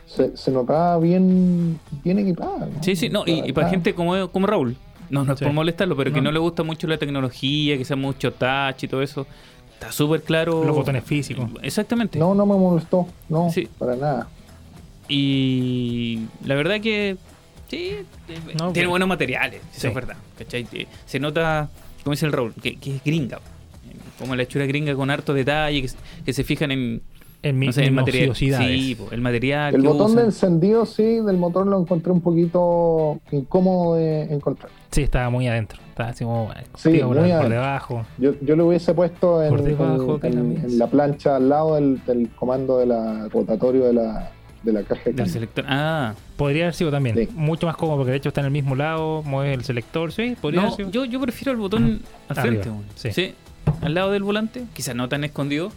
[SPEAKER 5] se, se notaba bien, bien equipada. ¿no?
[SPEAKER 4] Sí, sí, no, y, y para
[SPEAKER 5] Ah,
[SPEAKER 4] gente como, como Raúl, no, no es
[SPEAKER 3] Sí.
[SPEAKER 4] por molestarlo, pero que
[SPEAKER 3] No.
[SPEAKER 4] no le gusta mucho la tecnología, que sea mucho touch y todo eso, está súper claro.
[SPEAKER 3] Los botones físicos. Este,
[SPEAKER 4] Exactamente.
[SPEAKER 5] No, no me molestó, no,
[SPEAKER 4] Sí.
[SPEAKER 5] para nada.
[SPEAKER 4] Y la verdad que sí, eh,
[SPEAKER 3] No,
[SPEAKER 4] tiene
[SPEAKER 3] pero-
[SPEAKER 4] buenos materiales,
[SPEAKER 3] Sí.
[SPEAKER 4] eso es verdad. ¿cachai? Eh, Se nota, como dice el Raúl, que, que es gringa. eh, Como la hechura gringa con harto detalle, que, se- que se fijan en,
[SPEAKER 3] En mi
[SPEAKER 4] no sé, en material.
[SPEAKER 3] minuciosidades.
[SPEAKER 4] Sí, pues. po, el
[SPEAKER 3] Ah,
[SPEAKER 4] material.
[SPEAKER 5] El
[SPEAKER 4] que
[SPEAKER 5] botón de
[SPEAKER 4] usan.
[SPEAKER 5] encendido, sí, del motor lo encontré un poquito incómodo de encontrar.
[SPEAKER 3] Sí, estaba muy adentro. Estaba así como eh,
[SPEAKER 5] Sí,
[SPEAKER 3] tío, por,
[SPEAKER 5] muy
[SPEAKER 3] por
[SPEAKER 5] adentro.
[SPEAKER 3] debajo.
[SPEAKER 5] Yo, yo lo hubiese puesto en,
[SPEAKER 3] Por debajo de
[SPEAKER 5] en-
[SPEAKER 3] la
[SPEAKER 5] en-
[SPEAKER 3] mesa.
[SPEAKER 5] en la plancha al lado del, del comando de la rotatorio de la, de la caja de
[SPEAKER 4] del
[SPEAKER 5] cambio.
[SPEAKER 4] selector. Ah,
[SPEAKER 3] Podría haber sido también.
[SPEAKER 5] Sí.
[SPEAKER 3] Mucho más cómodo porque de hecho está en el mismo lado, mueve el selector. Sí, podría
[SPEAKER 4] no,
[SPEAKER 3] haber sido.
[SPEAKER 4] yo, yo prefiero el botón al
[SPEAKER 3] Arriba,
[SPEAKER 4] frente, bueno.
[SPEAKER 3] sí.
[SPEAKER 4] Sí, al lado del volante, quizás no tan escondido,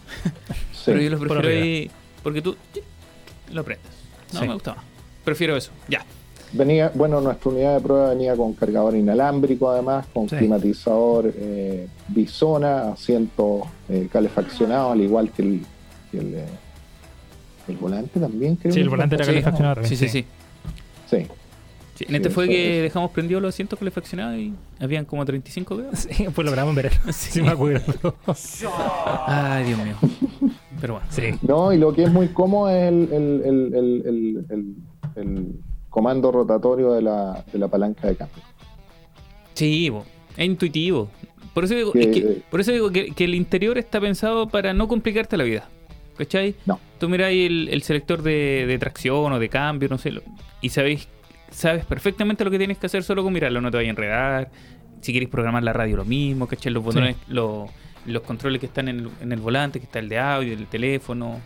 [SPEAKER 5] Sí.
[SPEAKER 4] pero yo lo
[SPEAKER 3] por
[SPEAKER 4] prefiero
[SPEAKER 3] arriba.
[SPEAKER 4] ahí porque tú ch- lo aprendes. No
[SPEAKER 3] Sí.
[SPEAKER 4] me gustaba. Prefiero eso. Ya.
[SPEAKER 5] Venía, bueno, nuestra unidad de prueba venía con cargador inalámbrico además, con
[SPEAKER 3] Sí.
[SPEAKER 5] climatizador eh, bisona, asientos eh, calefaccionados, al igual que el, que el, eh, el volante también, creo.
[SPEAKER 3] Sí,
[SPEAKER 5] que
[SPEAKER 3] el volante era
[SPEAKER 5] fue-
[SPEAKER 3] calefaccionado también.
[SPEAKER 4] Sí, sí, sí.
[SPEAKER 5] Sí,
[SPEAKER 4] Sí, en este
[SPEAKER 5] Sí,
[SPEAKER 4] fue
[SPEAKER 5] eso
[SPEAKER 4] que
[SPEAKER 5] es.
[SPEAKER 4] dejamos prendidos los asientos calefaccionados y habían como 35 grados.
[SPEAKER 3] Sí, pues lo grabamos en verano. Sí, me acuerdo.
[SPEAKER 5] Ah.
[SPEAKER 4] Ay, Dios mío. Pero bueno.
[SPEAKER 3] Sí.
[SPEAKER 5] No, y lo que es muy cómodo es el, el- el- el- el- el- el comando rotatorio de la, de la palanca de cambio.
[SPEAKER 4] Sí, bo, es intuitivo. Por eso digo,
[SPEAKER 5] Que-
[SPEAKER 4] es que, por eso digo que, que el interior está pensado para no complicarte la vida. ¿Cachai?
[SPEAKER 5] No.
[SPEAKER 4] Tú miráis el, el selector de, de tracción o de cambio, no sé, lo- y sabéis, sabes perfectamente lo que tienes que hacer solo con mirarlo, no te vayas a enredar. Si quieres programar la radio, lo mismo, ¿cachai? Los botones, lo- los controles que están en el, en el volante, que está el de audio, el teléfono.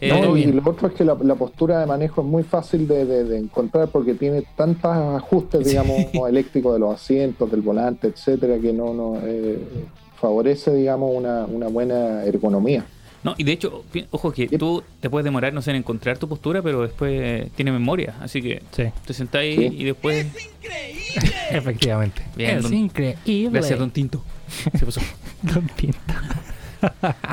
[SPEAKER 4] Eh,
[SPEAKER 5] No, y lo otro es que la, la postura de manejo es muy fácil de, de- de encontrar porque tiene tantos ajustes, digamos, eléctricos de los asientos, del volante, etcétera, que no, no eh, favorece, digamos, una, una buena ergonomía.
[SPEAKER 4] No, y de hecho, pi- ojo que tú te puedes demorar, no sé, en encontrar tu postura, pero después eh, tiene memoria. Así que
[SPEAKER 3] Sí,
[SPEAKER 4] te sentáis
[SPEAKER 5] Sí.
[SPEAKER 4] y después.
[SPEAKER 3] efectivamente.
[SPEAKER 4] Bien,
[SPEAKER 3] es
[SPEAKER 4] don-
[SPEAKER 3] increíble.
[SPEAKER 4] Gracias, don Tinto. Se pasó.
[SPEAKER 3] Don Pinto.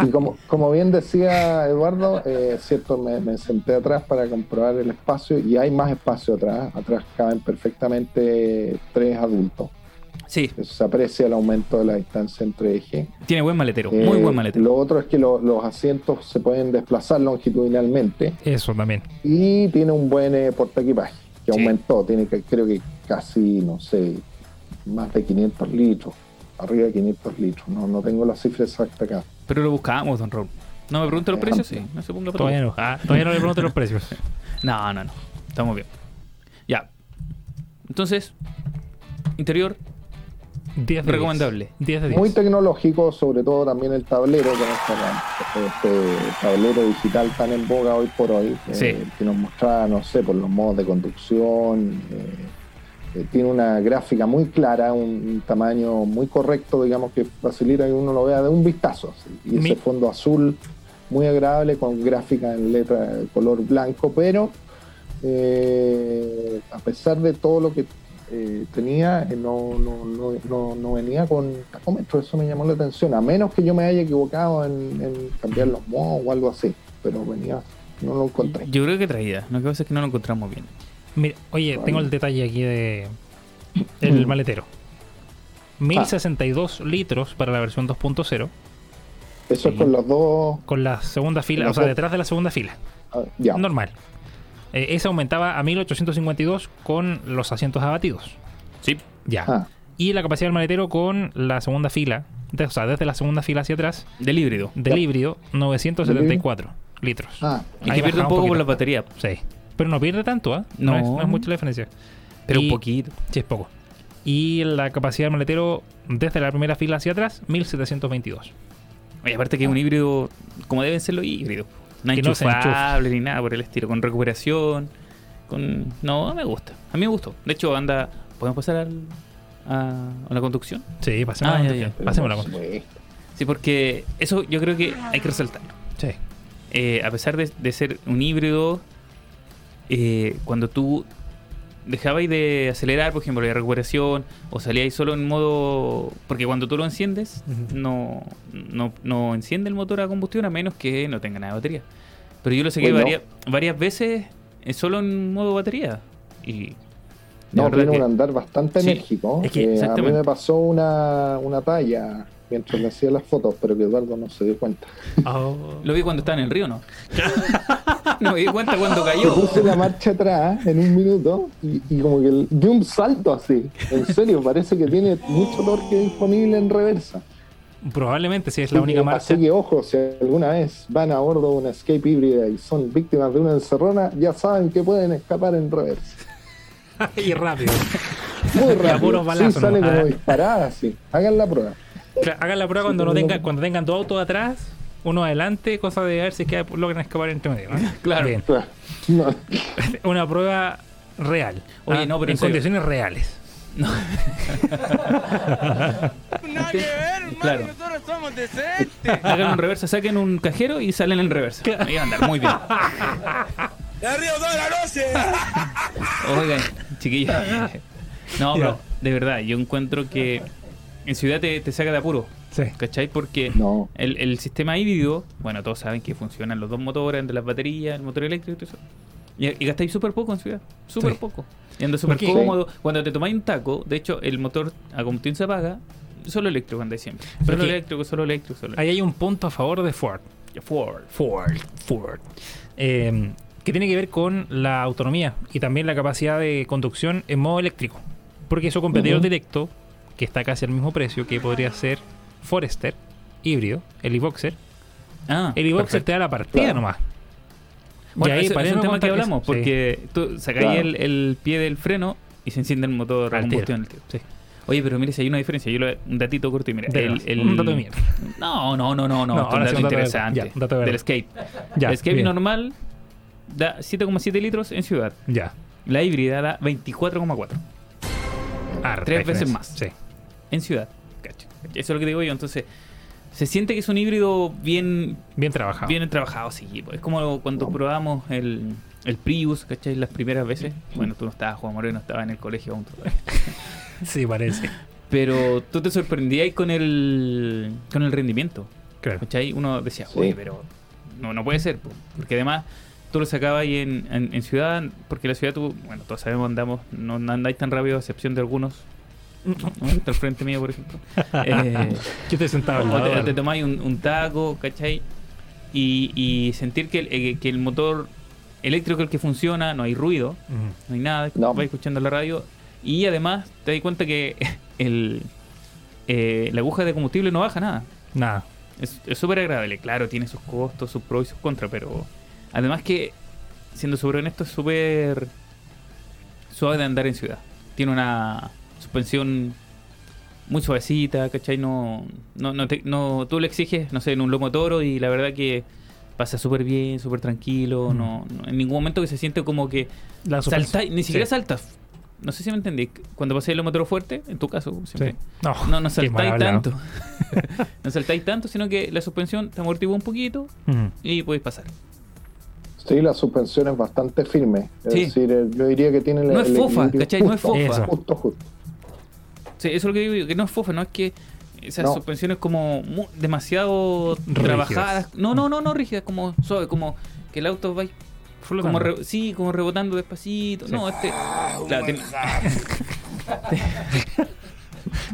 [SPEAKER 5] Y como, como bien decía Eduardo, eh, es cierto, me, me senté atrás para comprobar el espacio y hay más espacio atrás. Atrás caben perfectamente tres adultos.
[SPEAKER 4] Sí,
[SPEAKER 5] Eso se aprecia el aumento de la distancia entre ejes.
[SPEAKER 4] tiene buen maletero,
[SPEAKER 5] Eh,
[SPEAKER 4] muy buen maletero.
[SPEAKER 5] Lo otro es que lo- los asientos se pueden desplazar longitudinalmente
[SPEAKER 3] Eso también.
[SPEAKER 5] y tiene un buen eh, portaequipaje que
[SPEAKER 4] Sí.
[SPEAKER 5] aumentó, tiene que, creo que casi, no sé, más de 500 litros, arriba de 500 litros, no, no tengo la cifra exacta acá.
[SPEAKER 4] Pero lo buscábamos, don Raúl. No me pregunte los
[SPEAKER 5] Eh,
[SPEAKER 4] precios, Ah, sí. No se ponga Ah,
[SPEAKER 3] Todavía no. Ah, todavía no le pregunto los precios.
[SPEAKER 4] No, no, no. Estamos bien. Ya. Entonces, interior,
[SPEAKER 3] 10 de
[SPEAKER 4] Recomendable.
[SPEAKER 3] 10 de 10.
[SPEAKER 5] Muy tecnológico, sobre todo también el tablero, con este, este tablero digital tan en boga hoy por hoy, eh,
[SPEAKER 4] Sí.
[SPEAKER 5] que nos mostraba, no sé, por los modos de conducción. eh, eh, tiene una gráfica muy clara, un, un tamaño muy correcto, digamos, que facilita que uno lo vea de un vistazo. así. Y
[SPEAKER 3] Mi-
[SPEAKER 5] ese fondo azul muy agradable con gráfica en letra de color blanco, pero eh, a pesar de todo lo que eh, tenía, eh, no, no, no, no, no venía con tacómetro, eso me llamó la atención, a menos que yo me haya equivocado en, en cambiar los modos o algo así, pero venía, no lo encontré.
[SPEAKER 4] yo creo que traía. Lo que pasa es que no lo encontramos bien.
[SPEAKER 3] Mira, oye,
[SPEAKER 5] Vale.
[SPEAKER 3] tengo el detalle aquí de el
[SPEAKER 5] Mm.
[SPEAKER 3] maletero.
[SPEAKER 5] Ah.
[SPEAKER 3] 1062 litros para la versión 2.0
[SPEAKER 5] Eso es con los dos,
[SPEAKER 3] con la segunda fila, o sea, detrás de la segunda fila.
[SPEAKER 5] ah, ya,
[SPEAKER 3] Normal. Eh, esa aumentaba a 1852 con los asientos abatidos.
[SPEAKER 4] Sí.
[SPEAKER 3] Ya.
[SPEAKER 5] Ah,
[SPEAKER 3] Y la capacidad del maletero con la segunda fila, de- o sea, desde la segunda fila hacia atrás,
[SPEAKER 4] Del híbrido.
[SPEAKER 3] del híbrido, 974 litros.
[SPEAKER 5] ah,
[SPEAKER 4] Y
[SPEAKER 3] Ahí
[SPEAKER 4] que
[SPEAKER 3] bajaba
[SPEAKER 4] pierde un
[SPEAKER 3] un
[SPEAKER 4] poco por
[SPEAKER 3] poquito.
[SPEAKER 4] la batería,
[SPEAKER 3] Sí. Pero no pierde tanto, ¿ah?
[SPEAKER 4] No.
[SPEAKER 3] es, no es mucha la diferencia.
[SPEAKER 4] pero un
[SPEAKER 3] Y-
[SPEAKER 4] poquito.
[SPEAKER 3] Sí, es poco. Y la capacidad del maletero desde la primera fila hacia atrás, 1722.
[SPEAKER 4] Y aparte que es un híbrido, como deben ser los híbridos. No
[SPEAKER 3] Que no se
[SPEAKER 4] enchufable ni nada por el estilo. Con recuperación. Con... No, me gusta. A mí me gustó. De hecho, anda... ¿Podemos pasar al- a, a la conducción?
[SPEAKER 3] Sí, pasemos
[SPEAKER 4] Ah,
[SPEAKER 3] la
[SPEAKER 4] ya,
[SPEAKER 3] conducción,
[SPEAKER 4] ya.
[SPEAKER 3] pasemos la
[SPEAKER 5] por
[SPEAKER 3] conducción.
[SPEAKER 5] supuesto.
[SPEAKER 4] Sí, porque eso yo creo que hay que resaltarlo.
[SPEAKER 3] Sí.
[SPEAKER 4] eh, a pesar de, de ser un híbrido, eh, cuando tú dejabais de acelerar, por ejemplo, la recuperación, o salíais solo en modo... Porque cuando tú lo enciendes,
[SPEAKER 3] Ujú.
[SPEAKER 4] no, no, no enciende el motor a combustión a menos que no tenga nada de batería. Pero yo lo saqué
[SPEAKER 5] Bueno.
[SPEAKER 4] varias, varias veces eh, solo en modo batería. Y... la
[SPEAKER 5] No,
[SPEAKER 4] verdad
[SPEAKER 5] tiene
[SPEAKER 4] que-
[SPEAKER 5] un andar bastante
[SPEAKER 4] Sí,
[SPEAKER 5] enérgico.
[SPEAKER 4] es que
[SPEAKER 5] Eh, a mí
[SPEAKER 4] exactamente.
[SPEAKER 5] me pasó una, una talla mientras le hacía las fotos, pero que Eduardo no se dio cuenta.
[SPEAKER 3] Oh,
[SPEAKER 4] Lo vi cuando estaba en el río, ¿no? no me di cuenta cuando
[SPEAKER 5] Yo
[SPEAKER 4] cayó.
[SPEAKER 5] puse la marcha atrás ¿eh? en un minuto y, y como que el- di un salto así. En serio, parece que tiene mucho torque disponible en reversa.
[SPEAKER 3] Probablemente si es la única
[SPEAKER 5] Así
[SPEAKER 3] marcha.
[SPEAKER 5] que ojo, si alguna vez van a bordo de una escape híbrida y son víctimas de una encerrona, ya saben que pueden escapar en reversa.
[SPEAKER 3] y rápido.
[SPEAKER 5] Muy
[SPEAKER 3] Y a puros
[SPEAKER 5] rápido. Sí,
[SPEAKER 3] balazos, ¿no?
[SPEAKER 5] sale
[SPEAKER 3] Ah.
[SPEAKER 5] como disparada así. Hagan la prueba.
[SPEAKER 3] Claro, hagan la prueba cuando no tengan, cuando tengan dos autos atrás, uno adelante, cosa de ver si es que logran escapar entre medio. ¿no?
[SPEAKER 4] Claro.
[SPEAKER 3] Bien.
[SPEAKER 5] No.
[SPEAKER 3] Una prueba real.
[SPEAKER 4] Oye,
[SPEAKER 3] Ah,
[SPEAKER 4] no, pero en
[SPEAKER 3] en
[SPEAKER 4] serio.
[SPEAKER 3] condiciones reales.
[SPEAKER 7] Nada que ver, hermano,
[SPEAKER 4] Claro.
[SPEAKER 7] nosotros somos decentes.
[SPEAKER 4] Hagan un reversa, saquen un cajero y salen en reversa. Ahí va a andar muy bien.
[SPEAKER 7] De arriba toda la noche.
[SPEAKER 4] Oigan, chiquillos. No,
[SPEAKER 3] Ya.
[SPEAKER 4] pero de verdad, yo encuentro que en ciudad te, te saca de apuro.
[SPEAKER 3] Sí.
[SPEAKER 4] ¿Cachai? Porque
[SPEAKER 5] No.
[SPEAKER 4] el, el sistema híbrido, bueno, todos saben que funcionan los dos motores, entre las baterías, el motor eléctrico y todo eso. Y, y gastáis súper poco en ciudad, súper
[SPEAKER 3] Sí.
[SPEAKER 4] poco. Y anda súper
[SPEAKER 3] Porque-
[SPEAKER 4] cómodo. Cuando te tomáis un taco, de hecho, el motor a combustión se apaga, solo eléctrico andáis siempre. Solo
[SPEAKER 3] Porque-
[SPEAKER 4] eléctrico, solo eléctrico, solo eléctrico.
[SPEAKER 3] Ahí hay un punto a favor de Ford.
[SPEAKER 4] Ford.
[SPEAKER 3] Ford, Ford. Eh, que tiene que ver con la autonomía y también la capacidad de conducción en modo eléctrico. Porque su competidor
[SPEAKER 5] Ujú.
[SPEAKER 3] directo, que está casi al mismo precio, que podría ser Forester, híbrido, el e-boxer.
[SPEAKER 4] Ah,
[SPEAKER 3] El e-boxer
[SPEAKER 4] perfecto.
[SPEAKER 3] te da la partida
[SPEAKER 5] Claro.
[SPEAKER 3] nomás.
[SPEAKER 4] Bueno, ese- ese es
[SPEAKER 3] paremos
[SPEAKER 4] un tema
[SPEAKER 3] contar
[SPEAKER 4] que
[SPEAKER 3] eso.
[SPEAKER 4] hablamos,
[SPEAKER 3] Sí.
[SPEAKER 4] porque tú sacáis
[SPEAKER 5] Claro.
[SPEAKER 4] el, el pie del freno y se enciende el motor a
[SPEAKER 3] Al tiro.
[SPEAKER 4] combustión al tiro.
[SPEAKER 3] Sí.
[SPEAKER 4] Oye, pero mire si hay una diferencia. Yo lo, un datito corto y mira.
[SPEAKER 3] De
[SPEAKER 4] el,
[SPEAKER 3] más.
[SPEAKER 4] el-
[SPEAKER 3] Un dato de mierda.
[SPEAKER 4] No, no, no, no, no.
[SPEAKER 3] No,
[SPEAKER 4] esto es un
[SPEAKER 3] ahora sí,
[SPEAKER 4] dato
[SPEAKER 3] un dato de verdad.
[SPEAKER 4] interesante.
[SPEAKER 3] Ya, un dato de
[SPEAKER 4] del
[SPEAKER 3] verdad.
[SPEAKER 4] escape.
[SPEAKER 3] Ya,
[SPEAKER 4] el escape
[SPEAKER 3] bien.
[SPEAKER 4] normal da 7,7 litros en ciudad.
[SPEAKER 3] Ya.
[SPEAKER 4] La híbrida da 24,4
[SPEAKER 3] Harta
[SPEAKER 4] Tres veces
[SPEAKER 3] diferencia.
[SPEAKER 4] más.
[SPEAKER 3] Ah, Sí.
[SPEAKER 4] en ciudad. Cacho. Eso es lo que digo yo. Entonces, se siente que es un híbrido bien
[SPEAKER 3] Bien trabajado.
[SPEAKER 4] Vienen trabajados, sí. pues. Es como cuando probamos el, el Prius, ¿cachai? Las primeras veces. Bueno, tú no estabas, Juan Moreno, estaba en el colegio aún. todavía.
[SPEAKER 3] Sí, parece.
[SPEAKER 4] Pero tú te sorprendías con el, con el rendimiento,
[SPEAKER 3] Claro.
[SPEAKER 4] ¿cachai? Uno decía,
[SPEAKER 5] Sí.
[SPEAKER 4] oye, pero no, no puede ser. po". Porque además tú lo sacabas ahí en, en- en ciudad, porque la ciudad tú, bueno, todos sabemos, andamos, no andáis tan rápido, a excepción de algunos ¿no? Está al frente mío, por ejemplo. Eh,
[SPEAKER 3] Yo estoy sentado. al
[SPEAKER 4] o
[SPEAKER 3] lado,
[SPEAKER 4] te,
[SPEAKER 3] claro.
[SPEAKER 4] te tomáis un, un taco, ¿cachai? Y, y sentir que el, eh, que el motor eléctrico es el que funciona, no hay ruido,
[SPEAKER 3] Ujú.
[SPEAKER 4] no hay nada,
[SPEAKER 5] No.
[SPEAKER 4] vas escuchando la radio. Y además te das cuenta que el, eh, la aguja de combustible no baja nada.
[SPEAKER 3] Nada.
[SPEAKER 4] Es es súper agradable, claro, tiene sus costos, sus pros y sus contras, pero además que, siendo sobre honesto, es súper suave de andar en ciudad. Tiene una suspensión muy suavecita, ¿cachai? No, no, no, te- no- tú le exiges, no sé, en un lomo de toro y la verdad que pasa súper bien, súper tranquilo, no, no- en ningún momento que se siente como que
[SPEAKER 3] Mm. La super-
[SPEAKER 4] salta, ni siquiera
[SPEAKER 3] Sí.
[SPEAKER 4] saltas. No sé si me entendí. Cuando pasé el lomo de toro fuerte, en tu caso, siempre.
[SPEAKER 3] Sí. No,
[SPEAKER 4] No, no
[SPEAKER 3] qué mal
[SPEAKER 4] saltáis
[SPEAKER 3] hablado.
[SPEAKER 4] tanto. no saltáis tanto, sino que la suspensión te amortigua un poquito
[SPEAKER 3] Ujú.
[SPEAKER 4] y podéis pasar.
[SPEAKER 5] Sí, la suspensión es bastante firme. Es
[SPEAKER 4] Sí.
[SPEAKER 5] decir, el- yo diría que tiene el-
[SPEAKER 4] No es
[SPEAKER 5] el
[SPEAKER 4] fofa,
[SPEAKER 5] equilibrio
[SPEAKER 4] ¿cachai? No es
[SPEAKER 5] justo,
[SPEAKER 3] fofa.
[SPEAKER 5] Justo, justo.
[SPEAKER 4] Sí, eso es lo que digo yo, que no es fofa, no es que esas
[SPEAKER 5] No.
[SPEAKER 4] suspensiones como mu- demasiado
[SPEAKER 3] Rígidas.
[SPEAKER 4] trabajadas. No, no, no, no rígidas, como suave, como que el auto va
[SPEAKER 3] Flotando.
[SPEAKER 4] como re- sí, como rebotando despacito. No, este claro, tiene-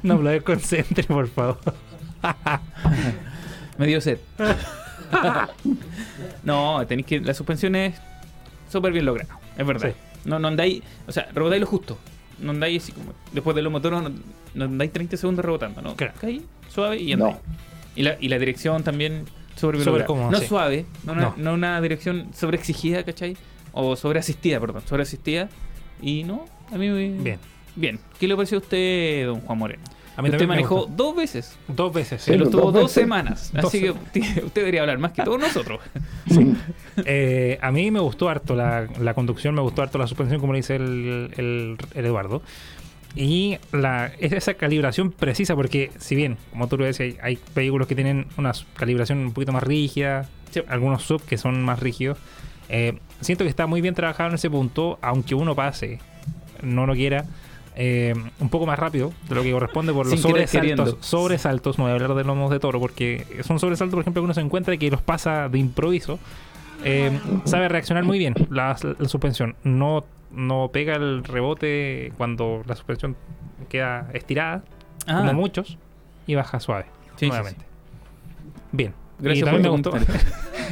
[SPEAKER 3] No, lo desconcentre, por favor.
[SPEAKER 4] me dio sed. no, tenéis que la suspensión es súper bien lograda, es verdad. No, no andáis, o sea, rebotáis lo justo. No andáis así como después de los motores, no, no andáis 30 segundos rebotando, ¿no?
[SPEAKER 3] Claro.
[SPEAKER 4] Caí, suave y andáis.
[SPEAKER 5] No.
[SPEAKER 4] Y, la, y la dirección también sobre
[SPEAKER 3] Súper
[SPEAKER 4] lograda.
[SPEAKER 3] cómoda,
[SPEAKER 4] No
[SPEAKER 3] sí.
[SPEAKER 4] suave, no una,
[SPEAKER 3] No.
[SPEAKER 4] no una dirección sobre exigida, ¿cachai? O sobre asistida, perdón, sobre asistida. Y no, a mí me...
[SPEAKER 3] Bien.
[SPEAKER 4] Bien. ¿Qué le pareció a usted, don Juan Moreno?
[SPEAKER 3] A mí
[SPEAKER 4] usted
[SPEAKER 3] también me
[SPEAKER 4] manejó
[SPEAKER 3] gustó.
[SPEAKER 4] dos veces.
[SPEAKER 3] Dos veces.
[SPEAKER 5] Sí,
[SPEAKER 4] Él lo
[SPEAKER 5] dos
[SPEAKER 4] tuvo dos
[SPEAKER 5] veces.
[SPEAKER 4] semanas.
[SPEAKER 3] Dos
[SPEAKER 4] Así que usted usted debería hablar más que todos nosotros.
[SPEAKER 3] Eh, a mí me gustó harto la, la conducción, me gustó harto la suspensión, como le dice el, el- el Eduardo. Y la, es esa calibración precisa, porque si bien, como tú lo decías, hay, hay vehículos que tienen una s- calibración un poquito más rígida,
[SPEAKER 4] Sí.
[SPEAKER 3] algunos sub que son más rígidos, eh, siento que está muy bien trabajado en ese punto, aunque uno pase, no lo quiera, eh, un poco más rápido de lo que corresponde por los
[SPEAKER 4] Sin querer
[SPEAKER 3] sobresaltos.
[SPEAKER 4] queriendo.
[SPEAKER 3] Sobresaltos, no voy a hablar de lomos de toro, porque son sobresaltos, por ejemplo, que uno se encuentra y que los pasa de improviso. Eh, sabe reaccionar muy bien la, la suspensión. No, no pega el rebote cuando la suspensión queda estirada,
[SPEAKER 4] Ah.
[SPEAKER 3] como muchos, y baja suave.
[SPEAKER 4] Sí, sí,
[SPEAKER 3] nuevamente. Bien.
[SPEAKER 4] Gracias
[SPEAKER 3] y
[SPEAKER 4] por
[SPEAKER 3] también me
[SPEAKER 4] tu
[SPEAKER 3] gustó.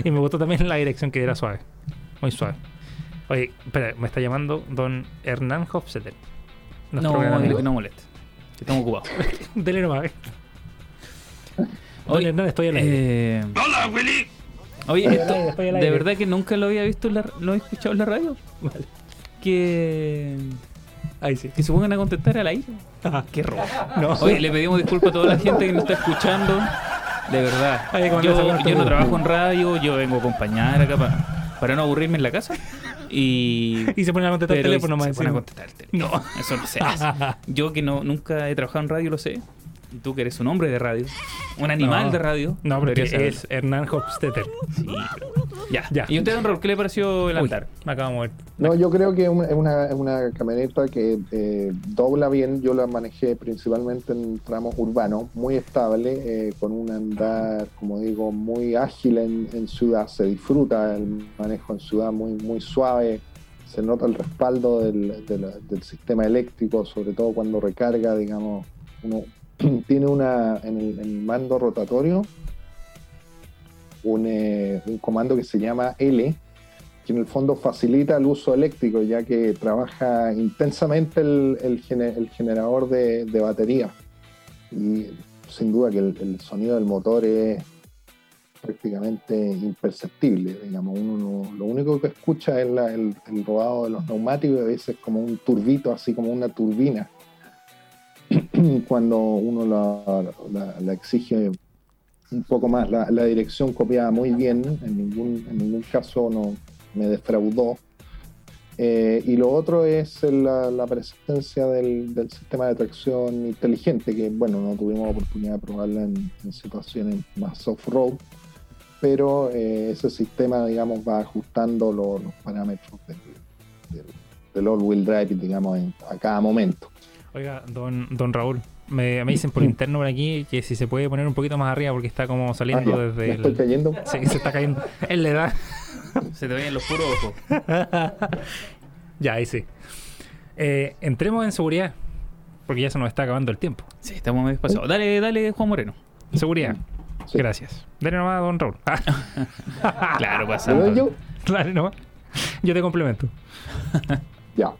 [SPEAKER 3] y me gustó también la dirección que era suave. Muy suave. Oye, espera, me está llamando don Hernán Hofstetter.
[SPEAKER 4] No,
[SPEAKER 3] nuestro gran amigo.
[SPEAKER 4] que no moleste. Que estamos ocupados.
[SPEAKER 3] Dele nomás. Don
[SPEAKER 4] Oye,
[SPEAKER 3] Hernán, estoy al aire.
[SPEAKER 4] eh, Oye, esto,
[SPEAKER 3] estoy al
[SPEAKER 4] de
[SPEAKER 3] aire.
[SPEAKER 4] verdad que nunca lo había visto, en la, lo he escuchado en la radio.
[SPEAKER 3] Vale.
[SPEAKER 4] Que.
[SPEAKER 3] Ahí sí.
[SPEAKER 4] Que se pongan a contestar al aire. Ah, Qué robo.
[SPEAKER 3] No.
[SPEAKER 4] Oye, le pedimos disculpas a toda la gente que nos está escuchando. De verdad.
[SPEAKER 3] Ay, con esa
[SPEAKER 4] yo,
[SPEAKER 3] parte
[SPEAKER 4] yo no
[SPEAKER 3] buena.
[SPEAKER 4] trabajo en radio, yo vengo a acompañar acá para, para no aburrirme en la casa. Y.
[SPEAKER 3] y se ponen a contestar el
[SPEAKER 4] pero
[SPEAKER 3] teléfono más
[SPEAKER 4] se ponen a
[SPEAKER 3] encima.
[SPEAKER 4] contestar el teléfono. No, eso no se hace. Yo que no, nunca he trabajado en radio, lo sé. Y tú que eres un hombre de radio, un animal
[SPEAKER 3] No.
[SPEAKER 4] de radio.
[SPEAKER 3] No, porque
[SPEAKER 4] deberías saberlo.
[SPEAKER 3] es Hernán Hofstetter.
[SPEAKER 4] Sí, pero- Ya,
[SPEAKER 3] Ya.
[SPEAKER 4] ya. ¿Y usted, don Raúl, qué le pareció el
[SPEAKER 3] Uy,
[SPEAKER 4] altar?
[SPEAKER 3] Me acabo de mover.
[SPEAKER 5] No, yo creo que es una- es una, es una camioneta que eh, dobla bien. Yo la manejé principalmente en tramos urbanos, muy estable, eh, con un andar, como digo, muy ágil en, en ciudad. Se disfruta el manejo en ciudad muy, muy suave. Se nota el respaldo del, del- del sistema eléctrico, sobre todo cuando recarga, digamos, uno tiene una en el, en el mando rotatorio un, eh, un comando que se llama L, que en el fondo facilita el uso eléctrico, ya que trabaja intensamente el, el gene- el generador de, de batería. Y sin duda que el, el sonido del motor es prácticamente imperceptible, digamos, uno no- lo único que escucha es la- el, el rodado de los neumáticos y a veces como un turbito, así como una turbina, cuando uno la, la- la exige un poco más, la, la dirección copiaba muy bien, en ningún, en ningún caso no, me defraudó. Eh, y lo otro es eh, la, la presencia del, del sistema de tracción inteligente, que bueno, no tuvimos oportunidad de probarla en, en situaciones más off-road, pero eh, ese sistema, digamos, va ajustando lo- los parámetros del, del- del all-wheel drive, digamos, en- a cada momento.
[SPEAKER 3] Oiga, don, don Raúl, me, me dicen por interno por aquí que si se puede poner un poquito más arriba porque está como
[SPEAKER 5] Ah,
[SPEAKER 3] saliendo
[SPEAKER 5] ya,
[SPEAKER 3] desde
[SPEAKER 5] ¿me estoy
[SPEAKER 3] el...
[SPEAKER 5] cayendo?
[SPEAKER 3] Sí, se está cayendo. Él le da...
[SPEAKER 4] Se te veían los puros ojos.
[SPEAKER 3] ya, ahí sí. Eh, entremos en seguridad. porque ya se nos está acabando el tiempo.
[SPEAKER 4] Sí, estamos medio
[SPEAKER 3] Uh.
[SPEAKER 4] pasados. Dale, dale, Juan Moreno.
[SPEAKER 3] Seguridad.
[SPEAKER 5] Sí.
[SPEAKER 3] Gracias. Dale nomás a don Raúl. Ah,
[SPEAKER 4] Claro,
[SPEAKER 5] ¿Lo
[SPEAKER 4] pasamos.
[SPEAKER 5] doy yo?
[SPEAKER 3] dale nomás. Yo te complemento.
[SPEAKER 5] Ya.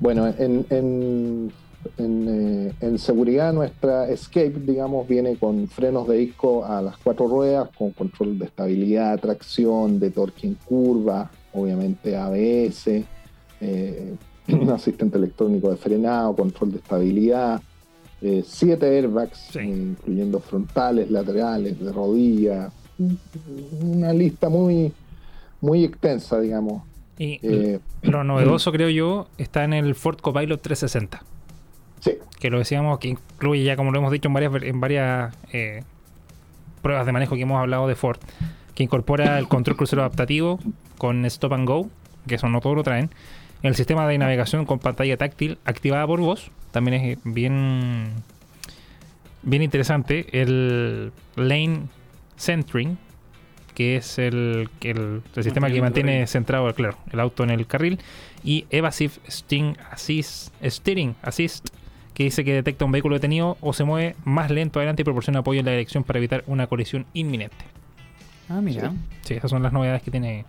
[SPEAKER 5] Bueno, en, en, en, eh, en seguridad nuestra Escape, digamos, viene con frenos de disco a las cuatro ruedas, con control de estabilidad, tracción, de torque en curva, obviamente ABS, eh, asistente electrónico de frenado, control de estabilidad, eh, siete airbags,
[SPEAKER 3] Sí.
[SPEAKER 5] eh, incluyendo frontales, laterales, de rodilla, una lista muy, muy extensa, digamos.
[SPEAKER 3] Y
[SPEAKER 5] Eh,
[SPEAKER 3] lo novedoso, creo yo, está en el Ford Copilot 360.
[SPEAKER 5] sí.
[SPEAKER 3] que lo decíamos, que incluye ya, como lo hemos dicho en varias, en varias eh, pruebas de manejo que hemos hablado de Ford, que incorpora el control crucero adaptativo con Stop and Go, que eso no todos lo traen, el sistema de navegación con pantalla táctil activada por voz, también es eh, bien, bien interesante, el Lane Centering, que es el, que el- el sistema que mantiene centrado claro, el auto en el carril, y Evasive Steering Assist, Steering Assist, que dice que detecta un vehículo detenido o se mueve más lento adelante y proporciona apoyo en la dirección para evitar una colisión inminente.
[SPEAKER 4] Ah, mira.
[SPEAKER 3] Sí, esas son las novedades que tiene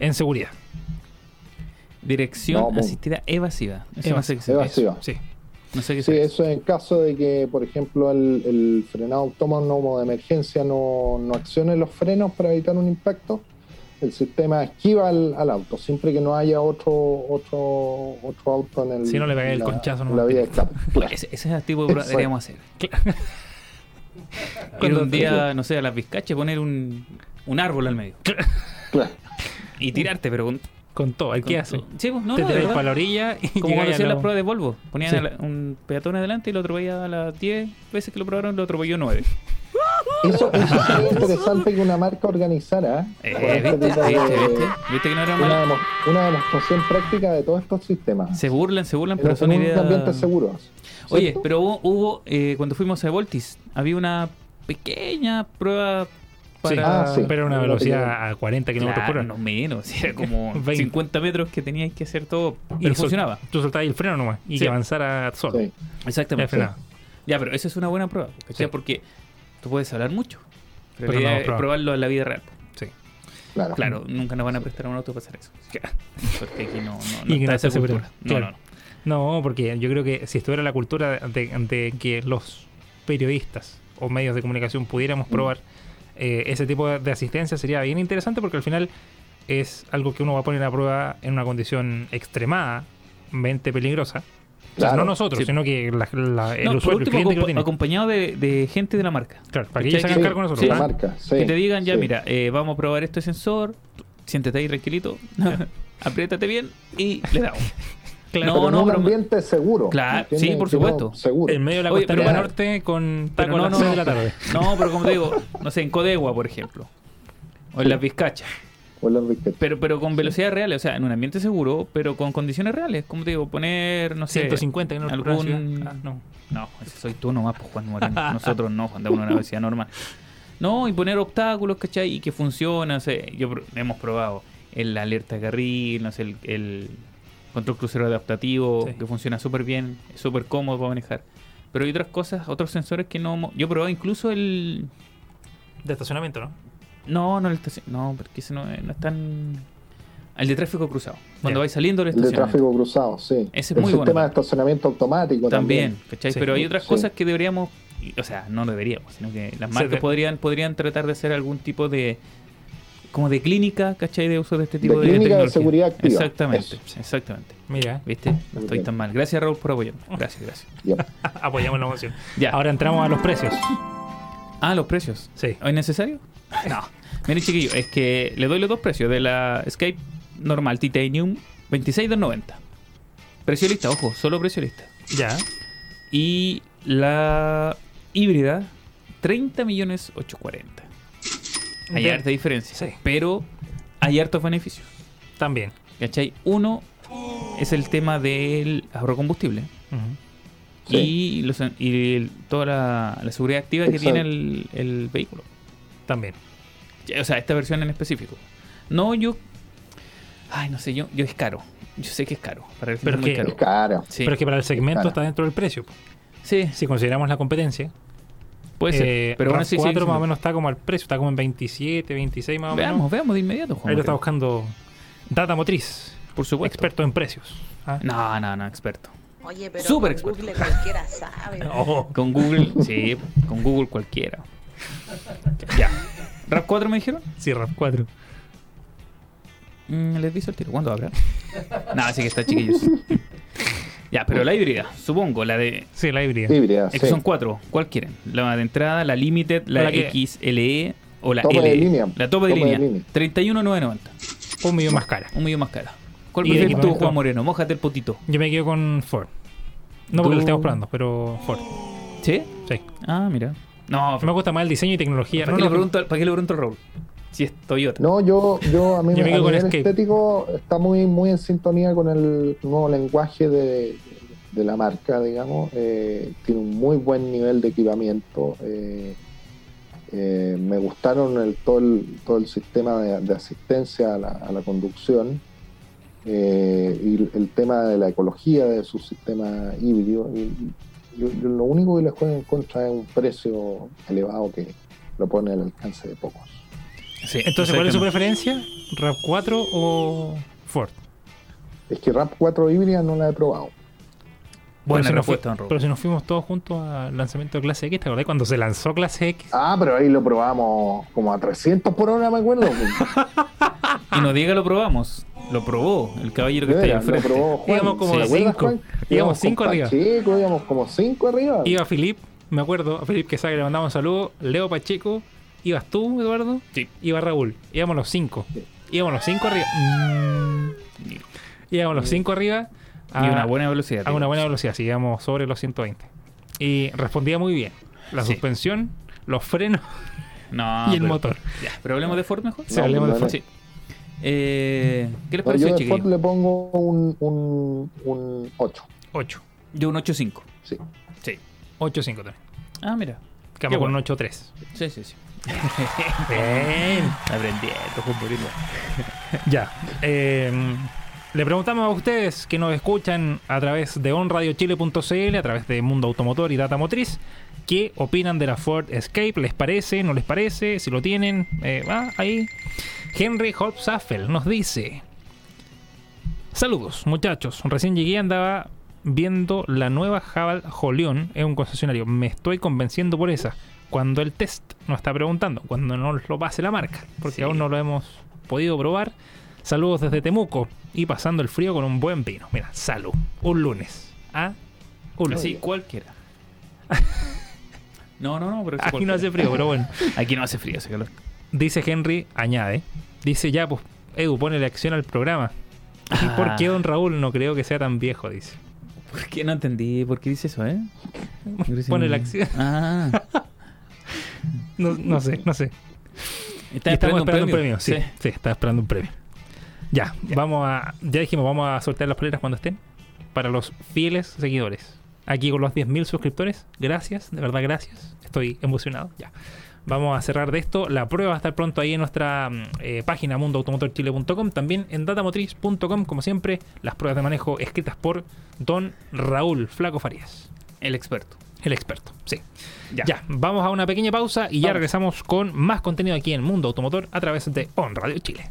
[SPEAKER 3] en seguridad.
[SPEAKER 4] Dirección
[SPEAKER 5] No, pues.
[SPEAKER 4] asistida evasiva. Eso no sé qué
[SPEAKER 5] Evasiva.
[SPEAKER 4] es.
[SPEAKER 3] Sí,
[SPEAKER 4] No sé qué
[SPEAKER 5] Sí,
[SPEAKER 4] es.
[SPEAKER 5] eso en caso de que, por ejemplo, el, el frenado autónomo de emergencia no, no accione los frenos para evitar un impacto, el sistema esquiva al, al auto, siempre que no haya otro otro otro auto en el
[SPEAKER 3] Si no le pegáis el
[SPEAKER 5] en la-
[SPEAKER 3] conchazo, no
[SPEAKER 5] en la
[SPEAKER 3] lo
[SPEAKER 5] vía de
[SPEAKER 3] entiendo.
[SPEAKER 5] escape.
[SPEAKER 4] Pues, ese, ese es el tipo de prueba que
[SPEAKER 5] Exacto.
[SPEAKER 4] deberíamos hacer. Ir
[SPEAKER 3] Cuando-
[SPEAKER 4] un día, no sé, a las Vizcachas poner un, un árbol al medio.
[SPEAKER 5] Claro.
[SPEAKER 4] Y tirarte, pero con.
[SPEAKER 3] con todo. ¿Y ¿Qué
[SPEAKER 4] con-
[SPEAKER 3] hace?
[SPEAKER 4] Sí, pues, no,
[SPEAKER 3] Te
[SPEAKER 4] no,
[SPEAKER 3] tiráis
[SPEAKER 4] de verdad.
[SPEAKER 3] para la orilla y
[SPEAKER 4] Como cuando
[SPEAKER 3] llegáis a
[SPEAKER 4] hacían las
[SPEAKER 3] lo-
[SPEAKER 4] pruebas de Volvo. Ponían
[SPEAKER 3] Sí.
[SPEAKER 4] a la- un peatón adelante y lo atropellaba a las 10 veces que lo probaron, lo atropelló 9.
[SPEAKER 5] Eso, eso sería interesante que una marca organizara
[SPEAKER 4] Eh,
[SPEAKER 5] por este
[SPEAKER 4] ¿viste?
[SPEAKER 5] tipo
[SPEAKER 4] ¿Viste?
[SPEAKER 5] de-
[SPEAKER 4] ¿Viste? ¿Viste que no era
[SPEAKER 5] Una,
[SPEAKER 4] mal?
[SPEAKER 5] demo- una demostración práctica de todos estos sistemas.
[SPEAKER 4] Se burlan, se burlan,
[SPEAKER 5] En
[SPEAKER 4] pero
[SPEAKER 5] un-
[SPEAKER 4] son
[SPEAKER 5] en un
[SPEAKER 4] ideas.
[SPEAKER 5] ambiente seguro.
[SPEAKER 4] Oye,
[SPEAKER 5] ¿cierto?
[SPEAKER 4] pero hubo, hubo, eh, cuando fuimos a Voltis, había una pequeña prueba
[SPEAKER 3] Sí,
[SPEAKER 4] para.
[SPEAKER 5] Ah, sí.
[SPEAKER 3] pero a una
[SPEAKER 5] Una
[SPEAKER 3] velocidad
[SPEAKER 5] pequeña-
[SPEAKER 3] a 40 kilómetros por
[SPEAKER 4] Claro,
[SPEAKER 3] hora.
[SPEAKER 4] no menos, era como
[SPEAKER 3] 20.
[SPEAKER 4] 50 metros que tenías que hacer todo, pero
[SPEAKER 3] sol-
[SPEAKER 4] funcionaba.
[SPEAKER 3] Tú soltabas el freno nomás y
[SPEAKER 4] Sí.
[SPEAKER 3] que avanzara solo.
[SPEAKER 5] Sí.
[SPEAKER 3] Ya
[SPEAKER 4] Exactamente.
[SPEAKER 3] frenaba.
[SPEAKER 4] Ya, pero eso es una buena prueba, ¿cachai?
[SPEAKER 3] Sí.
[SPEAKER 4] Porque tú puedes hablar mucho, pero,
[SPEAKER 3] Pero
[SPEAKER 4] la
[SPEAKER 3] no
[SPEAKER 4] idea
[SPEAKER 3] hemos
[SPEAKER 4] es
[SPEAKER 3] probado.
[SPEAKER 4] probarlo en la vida real.
[SPEAKER 3] Sí.
[SPEAKER 5] Claro.
[SPEAKER 4] Claro, nunca nos van a prestar a un auto para hacer eso. Porque aquí no, no, no
[SPEAKER 3] Y que no
[SPEAKER 4] está esa
[SPEAKER 3] está
[SPEAKER 4] cultura.
[SPEAKER 3] seguro.
[SPEAKER 4] No,
[SPEAKER 3] Claro.
[SPEAKER 4] no, no.
[SPEAKER 3] No, porque yo creo que si estuviera la cultura de, de que los periodistas o medios de comunicación pudiéramos
[SPEAKER 4] Mm.
[SPEAKER 3] probar eh, ese tipo de, de asistencia sería bien interesante porque al final es algo que uno va a poner a prueba en una condición extremadamente peligrosa. O sea,
[SPEAKER 5] Claro.
[SPEAKER 3] no nosotros,
[SPEAKER 4] Sí.
[SPEAKER 3] sino que la- la- el
[SPEAKER 4] No,
[SPEAKER 3] usuario, el
[SPEAKER 4] por último,
[SPEAKER 3] cliente que lo
[SPEAKER 4] acompa-
[SPEAKER 3] tiene.
[SPEAKER 4] acompañado de, de gente de la marca.
[SPEAKER 3] Claro, para que ellos se
[SPEAKER 4] ¿Cachai?
[SPEAKER 3] hagan
[SPEAKER 5] Sí,
[SPEAKER 3] cargo de
[SPEAKER 5] sí,
[SPEAKER 3] nosotros.
[SPEAKER 5] la
[SPEAKER 3] ¿ah?
[SPEAKER 5] marca, sí,
[SPEAKER 4] que te digan, ya
[SPEAKER 5] sí.
[SPEAKER 4] mira, eh, vamos a probar este sensor, siéntete ahí tranquilito, apriétate bien y le damos.
[SPEAKER 5] Pero en un ambiente seguro.
[SPEAKER 4] Claro,
[SPEAKER 5] ¿entiendes?
[SPEAKER 4] sí, por
[SPEAKER 5] Que no-
[SPEAKER 4] supuesto.
[SPEAKER 5] Seguro.
[SPEAKER 3] En medio de la
[SPEAKER 4] Oye,
[SPEAKER 3] costa
[SPEAKER 4] pero-
[SPEAKER 3] norte con
[SPEAKER 4] Pero
[SPEAKER 3] taco a
[SPEAKER 4] no,
[SPEAKER 3] las
[SPEAKER 4] no,
[SPEAKER 3] seis
[SPEAKER 4] no.
[SPEAKER 3] de la tarde.
[SPEAKER 4] No, pero como te digo, no sé, en Codegua, por ejemplo, o en las Vizcachas,
[SPEAKER 5] Hola, Enrique.
[SPEAKER 4] pero, pero con velocidades reales, o sea, en un ambiente seguro, pero con condiciones reales. Como te digo, poner, no sé.
[SPEAKER 3] 150 que no lo
[SPEAKER 4] algún-
[SPEAKER 3] ciudad. Ah, no.
[SPEAKER 4] No, ese soy tú nomás, pues Juan Moreno. Nosotros no, andamos a una velocidad normal. No, y poner obstáculos, ¿cachai? Y que funciona. o sea, yo pro- hemos probado el alerta de carril, no sé, el, el control crucero adaptativo,
[SPEAKER 3] Sí.
[SPEAKER 4] que funciona súper bien, es súper cómodo para manejar. Pero hay otras cosas, otros sensores que no... hemos- Yo he probado incluso el...
[SPEAKER 3] De estacionamiento, ¿no?
[SPEAKER 4] No, no el estacion- No, porque ese no, no es tan... El de tráfico cruzado. Cuando
[SPEAKER 3] Ya.
[SPEAKER 4] vais saliendo del
[SPEAKER 5] El de
[SPEAKER 4] estacionamiento.
[SPEAKER 5] este tráfico cruzado, sí.
[SPEAKER 4] Ese es
[SPEAKER 5] el
[SPEAKER 4] muy
[SPEAKER 5] sistema
[SPEAKER 4] bueno.
[SPEAKER 5] de estacionamiento automático
[SPEAKER 4] También,
[SPEAKER 5] también.
[SPEAKER 4] ¿cachai?
[SPEAKER 3] Sí.
[SPEAKER 4] Pero hay otras
[SPEAKER 5] Sí.
[SPEAKER 4] cosas que deberíamos, y- o sea, no deberíamos, sino que las
[SPEAKER 3] Se
[SPEAKER 4] marcas
[SPEAKER 3] de-
[SPEAKER 4] podrían, podrían tratar de hacer algún tipo de, como de clínica, ¿cachai? De uso de este tipo
[SPEAKER 5] de
[SPEAKER 4] de,
[SPEAKER 5] clínica de
[SPEAKER 4] tecnología.
[SPEAKER 5] seguridad activa.
[SPEAKER 4] Exactamente,
[SPEAKER 5] Eso.
[SPEAKER 4] exactamente.
[SPEAKER 3] Mira,
[SPEAKER 4] ¿Viste? No
[SPEAKER 5] Muy
[SPEAKER 4] estoy
[SPEAKER 5] bien.
[SPEAKER 4] tan mal. Gracias, Raúl, por apoyarme. Gracias, gracias.
[SPEAKER 5] Ya.
[SPEAKER 3] apoyamos la moción.
[SPEAKER 4] Ya.
[SPEAKER 3] Ahora entramos a los precios.
[SPEAKER 4] Ah, los precios.
[SPEAKER 3] Sí.
[SPEAKER 4] ¿Es necesario? No. Miren, chiquillo, es que le doy los dos precios de la Escape normal Titanium 26,290. Precio lista, ojo, solo precio lista.
[SPEAKER 3] Ya.
[SPEAKER 4] Y la híbrida, 30 millones 840. Hay
[SPEAKER 3] Ya.
[SPEAKER 4] harta diferencia.
[SPEAKER 3] Sí.
[SPEAKER 4] Pero hay hartos beneficios.
[SPEAKER 3] También.
[SPEAKER 4] ¿Cachai? Uno es el tema del ahorro de combustible. Y, los, y el- toda la, la seguridad activa que
[SPEAKER 5] Exacto.
[SPEAKER 4] tiene el, el vehículo.
[SPEAKER 3] También.
[SPEAKER 4] O sea, esta versión en específico. No, yo. Ay, no sé, yo, yo es caro. Yo sé que es caro. Para el
[SPEAKER 3] Pero
[SPEAKER 4] pero es muy
[SPEAKER 3] que-
[SPEAKER 4] caro.
[SPEAKER 5] Es caro.
[SPEAKER 4] Sí.
[SPEAKER 3] Pero es que para el segmento
[SPEAKER 5] Claro.
[SPEAKER 3] está dentro del precio. po.
[SPEAKER 4] sí,
[SPEAKER 3] Si consideramos la competencia,
[SPEAKER 4] puede ser.
[SPEAKER 3] eh,
[SPEAKER 4] pero
[SPEAKER 3] RAV4
[SPEAKER 4] bueno, sí, sí,
[SPEAKER 3] más
[SPEAKER 4] sí.
[SPEAKER 3] o menos está como al precio, está como en 27, 26 más o menos.
[SPEAKER 4] Veamos, veamos de inmediato, Juan.
[SPEAKER 3] Ahí lo está
[SPEAKER 4] Mateo.
[SPEAKER 3] buscando Data Motriz,
[SPEAKER 4] Por supuesto.
[SPEAKER 3] experto en precios. Ah.
[SPEAKER 4] No, no, no, experto.
[SPEAKER 8] Oye, pero
[SPEAKER 4] Súper
[SPEAKER 8] con
[SPEAKER 4] experto.
[SPEAKER 8] Google cualquiera sabe.
[SPEAKER 4] Con Google, sí, con Google cualquiera. Ya. ¿Rap 4 me dijeron?
[SPEAKER 3] Sí, RAV 4.
[SPEAKER 4] Mm, les dice el tiro. ¿Cuándo habrá? Nada, así que está chiquillos. Ya, pero la híbrida, supongo, la de.
[SPEAKER 3] Sí, la híbrida.
[SPEAKER 5] Híbrida,
[SPEAKER 4] Es que
[SPEAKER 5] sí.
[SPEAKER 4] son cuatro. ¿Cuál quieren? La de entrada, la Limited, la,
[SPEAKER 3] La que-
[SPEAKER 4] XLE o la
[SPEAKER 5] Tope
[SPEAKER 4] LE.
[SPEAKER 5] de línea.
[SPEAKER 4] La tope de
[SPEAKER 5] Tope de
[SPEAKER 4] línea.
[SPEAKER 5] línea.
[SPEAKER 4] 31,990.
[SPEAKER 3] Un millón más cara.
[SPEAKER 4] Un millón más cara. ¿Cuál
[SPEAKER 3] Y de
[SPEAKER 4] prefieres tú,
[SPEAKER 3] equipamiento.
[SPEAKER 4] Juan Moreno? Mójate el potito.
[SPEAKER 3] Yo me quedo con Ford. No porque
[SPEAKER 4] Tú-
[SPEAKER 3] lo estemos probando, pero Ford.
[SPEAKER 4] ¿Sí?
[SPEAKER 3] Sí.
[SPEAKER 4] Ah, mira. No,
[SPEAKER 3] Me gusta más el diseño y tecnología. No,
[SPEAKER 4] ¿para, qué le
[SPEAKER 3] no,
[SPEAKER 4] pregunto, al- ¿Para qué le pregunto al Raúl? Si es Toyota.
[SPEAKER 5] No, yo, yo a mí
[SPEAKER 3] Yo me
[SPEAKER 5] me
[SPEAKER 3] quedo con
[SPEAKER 5] a nivel
[SPEAKER 3] Escape.
[SPEAKER 5] estético está muy, muy en sintonía con el nuevo lenguaje de, de la marca, digamos. Eh, tiene un muy buen nivel de equipamiento. eh, eh, me gustaron el, todo, el, todo el sistema de, de asistencia a la, a la conducción eh, y el tema de la ecología de su sistema híbrido. Y- y yo, yo lo único que les juego en contra es un precio elevado que lo pone al alcance de pocos.
[SPEAKER 4] Sí,
[SPEAKER 3] Entonces, ¿cuál es su
[SPEAKER 4] exactamente.
[SPEAKER 3] preferencia? ¿RAV 4 o Ford?
[SPEAKER 5] Es que Rap 4 híbrida no la he probado.
[SPEAKER 4] Buena
[SPEAKER 3] nos
[SPEAKER 4] respuesta,
[SPEAKER 3] fui-
[SPEAKER 4] don Raúl.
[SPEAKER 3] pero si nos fuimos todos juntos al lanzamiento de Clase X, ¿te acordás cuando se lanzó Clase X?
[SPEAKER 5] Ah, pero ahí lo probamos como a 300 por hora, me acuerdo.
[SPEAKER 4] Y nos diga lo probamos. Lo probó el caballero que
[SPEAKER 5] Ah. De
[SPEAKER 4] está ahí al
[SPEAKER 5] veras, lo
[SPEAKER 4] frente.
[SPEAKER 5] probó Juan.
[SPEAKER 3] Íbamos como
[SPEAKER 5] ¿Te acuerdas,
[SPEAKER 3] cinco.
[SPEAKER 5] Juan?
[SPEAKER 3] Íbamos cinco
[SPEAKER 5] con
[SPEAKER 3] arriba.
[SPEAKER 5] Pacheco, íbamos como 5 arriba.
[SPEAKER 3] Iba Filip, me acuerdo, a Filip que sabe, le mandaba un saludo, Leo Pacheco, ibas tú, Eduardo,
[SPEAKER 4] Sí.
[SPEAKER 3] iba Raúl, íbamos los cinco. Íbamos los cinco arriba. Mm. Íbamos los cinco arriba a,
[SPEAKER 4] Y una buena velocidad.
[SPEAKER 3] a Ah, una buena
[SPEAKER 4] digamos.
[SPEAKER 3] velocidad, sí, íbamos sobre los 120. Y respondía muy bien. La
[SPEAKER 4] Sí.
[SPEAKER 3] suspensión, los frenos
[SPEAKER 4] No,
[SPEAKER 3] y el
[SPEAKER 4] pero-
[SPEAKER 3] motor.
[SPEAKER 4] Ya, pero hablemos de Ford mejor.
[SPEAKER 5] Sí, hablemos de
[SPEAKER 4] no,
[SPEAKER 5] Ford.
[SPEAKER 4] Sí. Eh, ¿Qué les
[SPEAKER 5] No, yo
[SPEAKER 4] pareció,
[SPEAKER 5] de Ford
[SPEAKER 4] chiquillos?
[SPEAKER 5] le pongo un, un, un 8.
[SPEAKER 3] 8.
[SPEAKER 4] Yo un 8.5.
[SPEAKER 5] Sí.
[SPEAKER 4] Sí.
[SPEAKER 3] 8.5 también.
[SPEAKER 4] Ah, mira.
[SPEAKER 3] Quedamos
[SPEAKER 4] Qué
[SPEAKER 3] con
[SPEAKER 4] bueno.
[SPEAKER 3] un 8.3.
[SPEAKER 4] Sí, sí, sí.
[SPEAKER 3] Bien.
[SPEAKER 4] Aprendí esto, futbolito.
[SPEAKER 3] Ya. eh, le preguntamos a ustedes que nos escuchan a través de onradiochile.cl, a través de Mundo Automotor y Data Motriz, qué opinan de la Ford Escape. ¿Les parece? ¿No les parece? Si lo tienen, eh, va ahí. Henry Hopsaffel nos dice: Saludos, muchachos. Recién llegué andaba viendo la nueva Jabal Jolión en un concesionario. Me estoy convenciendo por esa. Cuando el test nos está preguntando, cuando nos lo pase la marca, porque
[SPEAKER 4] Sí.
[SPEAKER 3] aún no lo hemos podido probar. Saludos desde Temuco y pasando el frío con un buen vino. Mira, salud. Un lunes. Ah, un
[SPEAKER 4] Así,
[SPEAKER 3] lunes.
[SPEAKER 4] cualquiera. No, no, no, pero eso
[SPEAKER 3] Aquí no hace
[SPEAKER 4] cualquiera.
[SPEAKER 3] frío, pero bueno.
[SPEAKER 4] Aquí no hace frío, hace calor.
[SPEAKER 3] Dice Henry, añade. Dice ya, pues, Edu, ponele acción al programa. ¿Y por qué don Raúl no creo que sea tan viejo? Dice.
[SPEAKER 4] ¿Por qué no entendí? ¿Por qué dice eso, eh?
[SPEAKER 3] Pone la acción.
[SPEAKER 4] Ah.
[SPEAKER 3] No, no sé, no sé.
[SPEAKER 4] Está
[SPEAKER 3] Y estamos esperando un premio. Sí, sí, está esperando un premio. Ya, vamos a. Ya dijimos, vamos a sortear las poleras cuando estén. Para los fieles seguidores. Aquí con los 10.000 suscriptores. Gracias, de verdad, gracias. Estoy emocionado. Ya. Vamos a cerrar de esto. La prueba va a estar pronto ahí en nuestra mm, eh, página mundoautomotorchile.com. También en datamotriz.com, como siempre, las pruebas de manejo escritas por don Raúl Flaco Farías,
[SPEAKER 4] El experto.
[SPEAKER 3] el experto. Sí.
[SPEAKER 4] Ya.
[SPEAKER 3] Ya, vamos a una pequeña pausa y ya
[SPEAKER 4] Vamos.
[SPEAKER 3] regresamos con más contenido aquí en Mundo Automotor a través de On Radio Chile.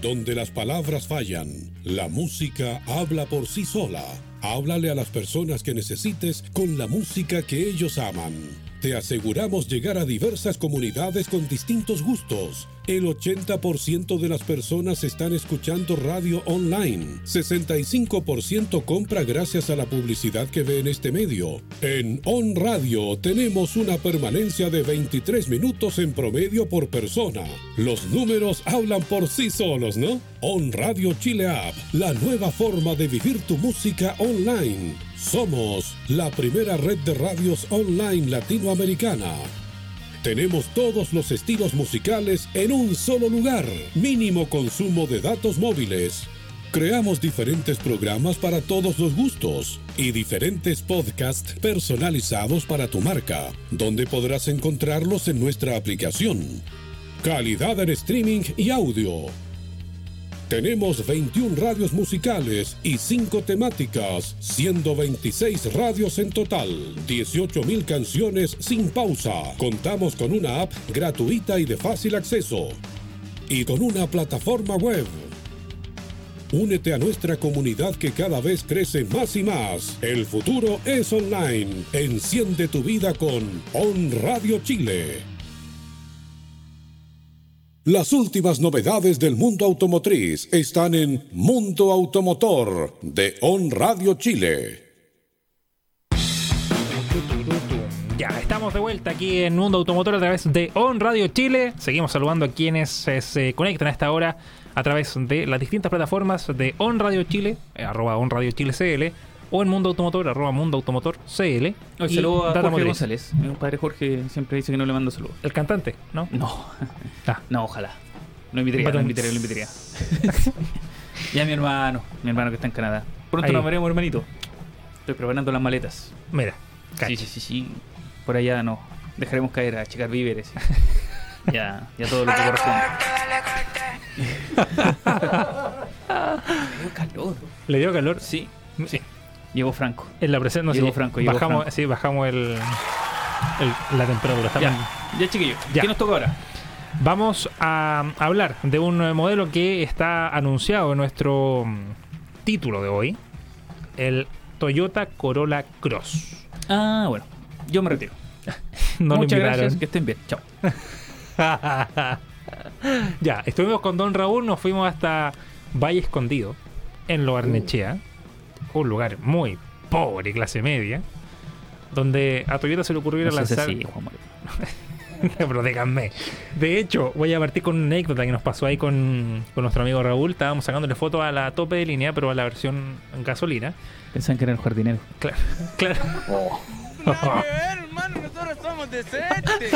[SPEAKER 2] Donde las palabras fallan, la música habla por sí sola. Háblale a las personas que necesites con la música que ellos aman. Te aseguramos llegar a diversas comunidades con distintos gustos. El 80% de las personas están escuchando radio online. 65% compra gracias a la publicidad que ve en este medio. En On Radio tenemos una permanencia de 23 minutos en promedio por persona. Los números hablan por sí solos, ¿no? On Radio Chile App, la nueva forma de vivir tu música online. Somos la primera red de radios online latinoamericana. Tenemos todos los estilos musicales en un solo lugar. Mínimo consumo de datos móviles. Creamos diferentes programas para todos los gustos y diferentes podcasts personalizados para tu marca, donde podrás encontrarlos en nuestra aplicación. Calidad en streaming y audio. Tenemos 21 radios musicales y 5 temáticas, siendo 26 radios en total, 18.000 canciones sin pausa. Contamos con una app gratuita y de fácil acceso y con una plataforma web. Únete a nuestra comunidad que cada vez crece más y más. El futuro es online. Enciende tu vida con On Radio Chile. Las últimas novedades del mundo automotriz están en Mundo Automotor de On Radio Chile.
[SPEAKER 3] Ya, estamos de vuelta aquí en Mundo Automotor a través de On Radio Chile. Seguimos saludando a quienes eh, se conectan a esta hora a través de las distintas plataformas de On Radio Chile, eh, arroba On Radio Chile CL, o en Mundo Automotor, arroba Mundo Automotor CL.
[SPEAKER 4] Un
[SPEAKER 3] y
[SPEAKER 4] saludo a
[SPEAKER 3] Data
[SPEAKER 4] Jorge
[SPEAKER 3] Motriz.
[SPEAKER 4] González. Mi compadre Jorge siempre dice que no le mando saludos.
[SPEAKER 3] El cantante, ¿no?
[SPEAKER 4] No.
[SPEAKER 3] Ah.
[SPEAKER 4] No, ojalá. Lo invitaría, lo
[SPEAKER 3] Patrón.
[SPEAKER 4] invitaría, lo invitaría. ya mi hermano, mi hermano que está en Canadá. Pronto
[SPEAKER 3] Ahí.
[SPEAKER 4] nos veremos, hermanito. Estoy preparando las maletas.
[SPEAKER 3] Mira, cacha.
[SPEAKER 4] Sí, sí, sí, sí. Por allá no. Dejaremos caer a checar víveres. ya, ya todo lo que corresponde. Qué calor.
[SPEAKER 3] le dio calor.
[SPEAKER 4] Sí, sí. Llegó Franco.
[SPEAKER 3] En la presencia, no,
[SPEAKER 4] Llegó
[SPEAKER 3] sí,
[SPEAKER 4] Franco, llegó
[SPEAKER 3] bajamos,
[SPEAKER 4] Franco.
[SPEAKER 3] sí, bajamos el, el- la temperatura. estamos-
[SPEAKER 4] Ya, ya chiquillo.
[SPEAKER 3] Ya.
[SPEAKER 4] ¿Qué nos toca ahora?
[SPEAKER 3] Vamos a hablar de un eh, modelo que está anunciado en nuestro mm, título de hoy, el Toyota Corolla Cross.
[SPEAKER 4] Ah, bueno. Yo me retiro.
[SPEAKER 3] No lo
[SPEAKER 4] Muchas
[SPEAKER 3] invitaron.
[SPEAKER 4] gracias. Que estén bien. Chao.
[SPEAKER 3] ya, estuvimos con Don Raúl, nos fuimos hasta Valle Escondido, en Lo Barnechea,
[SPEAKER 4] Uh.
[SPEAKER 3] un lugar muy pobre, clase media, donde a Toyota se le ocurrió ir a
[SPEAKER 4] No seas
[SPEAKER 3] lanzar...
[SPEAKER 4] así, Juan Manuel.
[SPEAKER 3] Pero déjame. De hecho, voy a partir con una anécdota que nos pasó ahí con, con nuestro amigo Raúl. Estábamos sacándole fotos a la tope de línea, pero a la versión en gasolina.
[SPEAKER 4] Pensaban que eran jardineros.
[SPEAKER 3] Claro, claro.
[SPEAKER 5] Oh,
[SPEAKER 7] Nada que ver, hermano, nosotros somos decentes.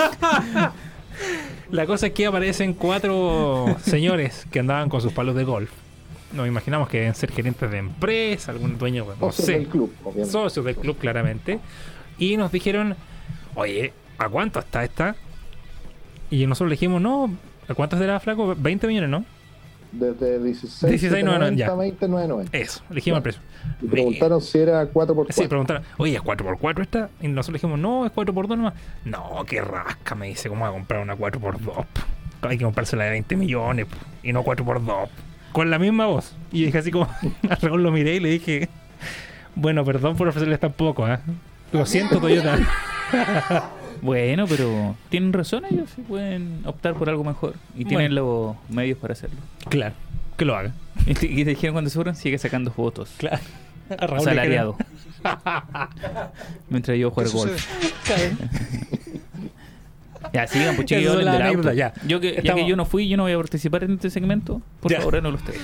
[SPEAKER 3] La cosa es que aparecen cuatro señores que andaban con sus palos de golf. Nos imaginamos que deben ser gerentes de empresa, algún dueño, no
[SPEAKER 5] socios
[SPEAKER 3] sé.
[SPEAKER 5] del club, obviamente.
[SPEAKER 3] socios del club claramente. Y nos dijeron, oye, ¿a cuánto está esta? Y nosotros le dijimos, no, ¿a cuánto será flaco? 20 millones, ¿no?
[SPEAKER 5] Desde 16,
[SPEAKER 3] 16,990, ya.
[SPEAKER 5] 20, 990.
[SPEAKER 3] Eso, le dijimos el precio.
[SPEAKER 5] Y preguntaron si era 4x4.
[SPEAKER 3] Sí, preguntaron, oye, ¿es 4x4 esta? Y nosotros le dijimos, no, es 4x2 nomás. No, qué rasca, me dice, ¿cómo voy a comprar una 4x2? po? Hay que comprársela de 20 millones po, y no 4x2. Con la misma voz. Y dije así como, a Raúl lo miré y le dije, bueno, perdón por ofrecerles tan poco, ¿eh? Lo siento, Toyota.
[SPEAKER 4] Bueno, pero tienen razón ellos. sí, Pueden optar por algo mejor. Y tienen los medios para hacerlo.
[SPEAKER 3] claro, que lo haga.
[SPEAKER 4] Y te- y te dijeron cuando sobran, sigue sacando votos.
[SPEAKER 3] Claro. A Raúl le
[SPEAKER 4] Salariado.
[SPEAKER 3] dijeron,
[SPEAKER 4] Mientras yo juego golf. Ya, sigan, pues chiquillos,
[SPEAKER 3] Esas son
[SPEAKER 4] hablen del
[SPEAKER 3] las
[SPEAKER 4] auto.
[SPEAKER 3] anécdotas, ya.
[SPEAKER 4] Yo que, ya
[SPEAKER 3] Estamos-
[SPEAKER 4] que yo no fui, yo no voy a participar en este segmento. Por
[SPEAKER 3] Ya.
[SPEAKER 4] favor, no ustedes.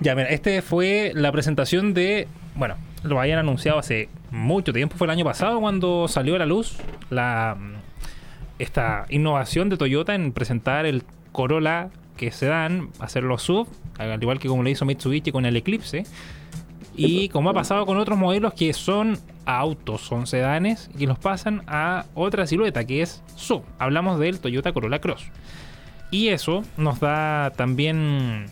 [SPEAKER 3] Ya, mira, este fue la presentación de. Bueno, lo habían anunciado hace mucho tiempo, fue el año pasado cuando salió a la luz la mm, esta innovación de Toyota en presentar el Corolla que se dan, hacerlo sub, al igual que como le hizo Mitsubishi con el Eclipse. Y como ha pasado con otros modelos que son autos, son sedanes, y los pasan a otra silueta que es sub. Hablamos del Toyota Corolla Cross. Y eso nos da también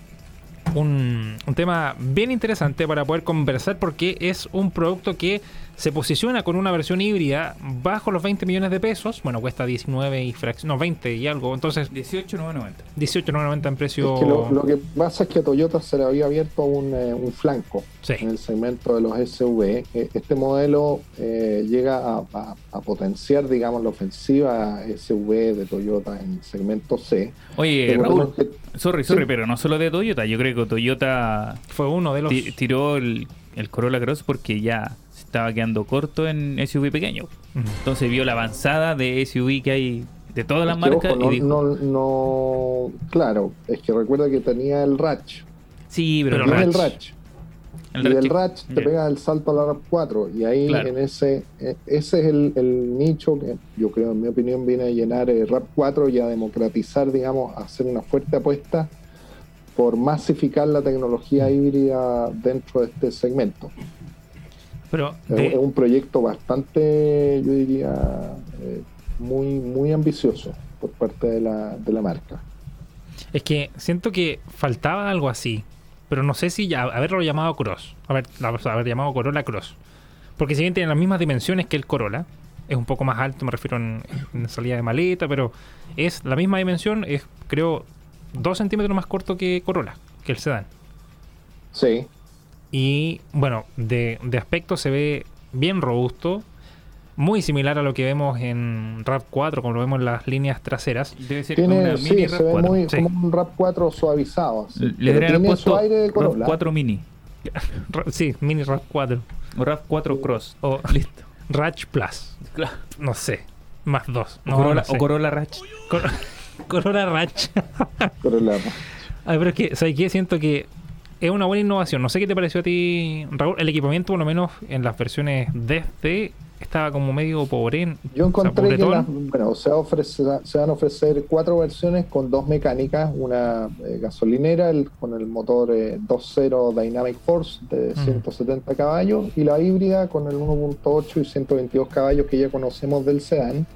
[SPEAKER 3] un, un tema bien interesante para poder conversar porque es un producto que se posiciona con una versión híbrida bajo los 20 millones de pesos. Bueno, cuesta 19 y fracción, no, 20 y algo. Entonces,
[SPEAKER 4] 18,990.
[SPEAKER 3] 18,90 en precio.
[SPEAKER 5] Es que lo, lo que pasa es que a Toyota se le había abierto un, eh, un flanco
[SPEAKER 3] Sí.
[SPEAKER 5] en el segmento de los SUV. Eh, Este modelo eh, llega a, a- a potenciar, digamos, la ofensiva SUV E de Toyota en el segmento C.
[SPEAKER 4] Oye,
[SPEAKER 5] Pero
[SPEAKER 4] Raúl,
[SPEAKER 5] creo
[SPEAKER 4] sorry, sorry, pero no solo de Toyota. Yo creo que Toyota
[SPEAKER 3] Fue uno de los.
[SPEAKER 4] ti- tiró el, el Corolla Cross porque ya se estaba quedando corto en SUV pequeño.
[SPEAKER 3] Ujú.
[SPEAKER 4] Entonces vio la avanzada de SUV que hay de todas las
[SPEAKER 5] Es que,
[SPEAKER 4] marcas
[SPEAKER 5] ojo, no,
[SPEAKER 4] y dijo,
[SPEAKER 5] no- no- claro, es que recuerda que tenía el Ratch.
[SPEAKER 4] sí, pero,
[SPEAKER 3] Pero
[SPEAKER 5] Tiene el
[SPEAKER 3] Ratch.
[SPEAKER 5] Ratch.
[SPEAKER 4] el
[SPEAKER 5] y del
[SPEAKER 4] Ratchet-
[SPEAKER 5] Ratch te
[SPEAKER 4] Ya.
[SPEAKER 5] pega el salto al RAV4 y ahí
[SPEAKER 4] Claro.
[SPEAKER 5] en ese eh, ese es el, el nicho que yo creo en mi opinión viene a llenar el RAV4 y a democratizar digamos a hacer una fuerte apuesta por masificar la tecnología híbrida dentro de este segmento
[SPEAKER 3] pero
[SPEAKER 5] es,
[SPEAKER 3] de-
[SPEAKER 5] es un proyecto bastante yo diría eh, muy muy ambicioso por parte de la, de la marca
[SPEAKER 3] Es que siento que faltaba algo así. Pero no sé si ya haberlo llamado Cross. Haber, haber llamado Corolla Cross. Porque si bien tiene las mismas dimensiones que el Corolla, es un poco más alto, me refiero en, en salida de maleta, pero es la misma dimensión, es creo 2 centímetros más corto que Corolla, que el sedán.
[SPEAKER 5] Sí,
[SPEAKER 3] Y bueno, de, de aspecto se ve bien robusto, muy similar a lo que vemos en RAV4, como lo vemos en las líneas traseras.
[SPEAKER 4] Debe ser
[SPEAKER 5] tiene,
[SPEAKER 4] una
[SPEAKER 5] sí,
[SPEAKER 4] mini
[SPEAKER 5] se
[SPEAKER 4] Rap
[SPEAKER 5] ve
[SPEAKER 4] 4.
[SPEAKER 5] muy
[SPEAKER 3] sí.
[SPEAKER 5] como un Rap 4 suavizado. así.
[SPEAKER 4] Le
[SPEAKER 5] Pero
[SPEAKER 4] deberían haber
[SPEAKER 5] tiene su
[SPEAKER 4] puesto
[SPEAKER 5] aire de
[SPEAKER 4] Rap
[SPEAKER 5] Corolla.
[SPEAKER 4] 4 Mini
[SPEAKER 3] Ra- sí, mini RAV4
[SPEAKER 4] o Rap 4 Cross.
[SPEAKER 5] Oh,
[SPEAKER 3] o
[SPEAKER 4] Listo.
[SPEAKER 3] Ratch Plus,
[SPEAKER 4] Claro.
[SPEAKER 3] no sé, más dos.
[SPEAKER 4] O
[SPEAKER 3] no,
[SPEAKER 4] Corolla,
[SPEAKER 3] no sé.
[SPEAKER 4] o Corolla Ratch.
[SPEAKER 3] Cor- Corolla Ratch.
[SPEAKER 5] Corolla.
[SPEAKER 3] Ay, pero es que, ¿sabes qué? Siento que es una buena innovación. No sé qué te pareció a ti, Raúl. El equipamiento, por lo menos en las versiones desde, estaba como medio pobre.
[SPEAKER 5] Yo encontré que
[SPEAKER 3] pobretón.
[SPEAKER 5] las- bueno, se, ofrece- se van a ofrecer cuatro versiones con dos mecánicas, una eh, gasolinera el- con el motor eh, 2.0 Dynamic Force de
[SPEAKER 3] Mm.
[SPEAKER 5] 170 caballos y la híbrida con el 1.8 y 122 caballos que ya conocemos del sedán.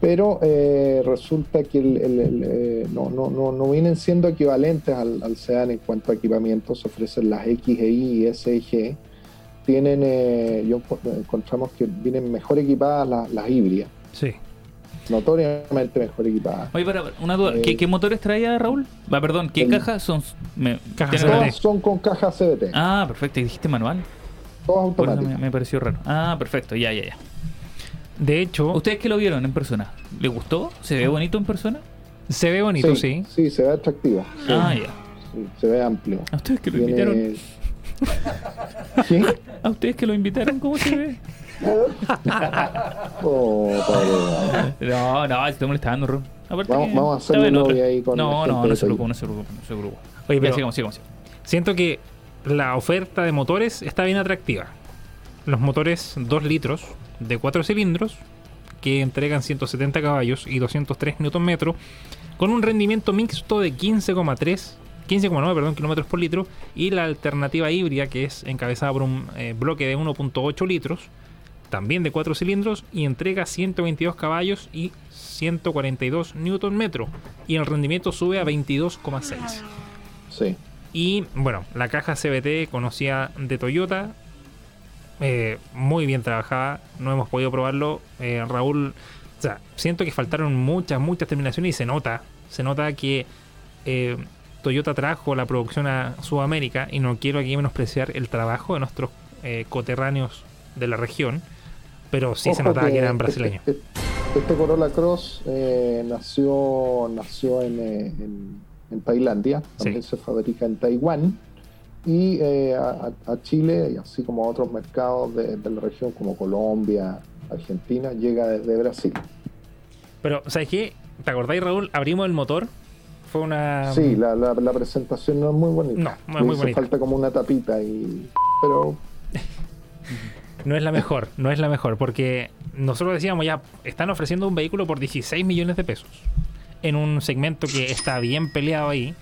[SPEAKER 5] Pero eh, resulta que el- el- el, eh, no, no, no, no vienen siendo equivalentes al, al sedán en cuanto a equipamiento. Se ofrecen las XEI y SIG tienen, eh, yo encu- encontramos que vienen mejor equipadas las, las híbridas,
[SPEAKER 3] Sí.
[SPEAKER 5] notoriamente mejor equipadas.
[SPEAKER 4] Oye, para, para, una duda. ¿Qué,
[SPEAKER 5] Eh,
[SPEAKER 4] qué motores traía Raúl? Va, perdón, ¿qué
[SPEAKER 5] el-
[SPEAKER 4] cajas son? Me,
[SPEAKER 3] Caja
[SPEAKER 4] tiene-
[SPEAKER 3] CVT.
[SPEAKER 5] Todas son con caja CBT,
[SPEAKER 4] Ah, perfecto. ¿Y dijiste manual?
[SPEAKER 5] todas
[SPEAKER 4] Por eso me,
[SPEAKER 5] automáticas.
[SPEAKER 4] me pareció raro. Ah, perfecto. Ya, ya, ya.
[SPEAKER 3] De hecho,
[SPEAKER 4] ¿Ustedes qué lo vieron en persona? ¿Le gustó? ¿Se
[SPEAKER 5] Ah.
[SPEAKER 4] ve bonito en persona?
[SPEAKER 3] se ve bonito, sí.
[SPEAKER 5] sí. se ve atractivo,
[SPEAKER 4] Ah, ya.
[SPEAKER 5] sí, se ve amplio.
[SPEAKER 4] ¿A ustedes que lo
[SPEAKER 5] Tiene-
[SPEAKER 4] invitaron?
[SPEAKER 5] ¿Sí?
[SPEAKER 4] ¿A ustedes que lo invitaron? ¿Cómo se ve?
[SPEAKER 5] Oh, pobre.
[SPEAKER 4] No, no, se está molestando, Ron. Aparte
[SPEAKER 5] Vamos-
[SPEAKER 4] que
[SPEAKER 5] vamos a hacerle
[SPEAKER 4] estaba en otra.
[SPEAKER 5] lobby ahí con
[SPEAKER 4] No,
[SPEAKER 5] la
[SPEAKER 4] no, no
[SPEAKER 5] gente de
[SPEAKER 4] se preocupe,
[SPEAKER 5] Toyota.
[SPEAKER 4] no se preocupe, no se preocupe.
[SPEAKER 3] Oye,
[SPEAKER 4] Oye,
[SPEAKER 3] pero-
[SPEAKER 4] pero sigamos, sigamos, sigamos.
[SPEAKER 3] Siento que la oferta de motores está bien atractiva. Los motores 2 litros de 4 cilindros que entregan 170 caballos y 203 Nm con un rendimiento mixto de 15,3 15,9 perdón, kilómetros por litro y la alternativa híbrida que es encabezada por un eh, bloque de 1.8 litros también de 4 cilindros y entrega 122 caballos y 142 Nm y el rendimiento sube a 22,6
[SPEAKER 5] Sí.
[SPEAKER 3] y bueno, la caja CBT conocida de Toyota, eh, muy bien trabajada, no hemos podido probarlo. Eh, Raúl, o sea, siento que faltaron muchas, muchas terminaciones y se nota, se nota que eh, Toyota trajo la producción a Sudamérica y no quiero aquí menospreciar el trabajo de nuestros eh, coterráneos de la región, pero sí se
[SPEAKER 5] Ojo
[SPEAKER 3] notaba que eran brasileños.
[SPEAKER 5] Este, este Corolla Cross eh, nació, nació en, eh, en- en Tailandia, también se fabrica en Taiwán y eh, a, a- a Chile, y así como a otros mercados de, de la región como Colombia, Argentina, llega desde Brasil.
[SPEAKER 3] Pero, ¿sabes qué? ¿Te acordáis, Raúl? Abrimos el motor. Fue una...
[SPEAKER 5] Sí, la, la- la presentación no es muy bonita.
[SPEAKER 3] No, Ah, no es
[SPEAKER 5] Le
[SPEAKER 3] muy
[SPEAKER 5] hizo
[SPEAKER 3] bonita.
[SPEAKER 5] falta como una tapita y... Pero
[SPEAKER 3] No es la mejor, no es la mejor, porque nosotros decíamos ya, están ofreciendo un vehículo por 16 millones de pesos, en un segmento que está bien peleado ahí,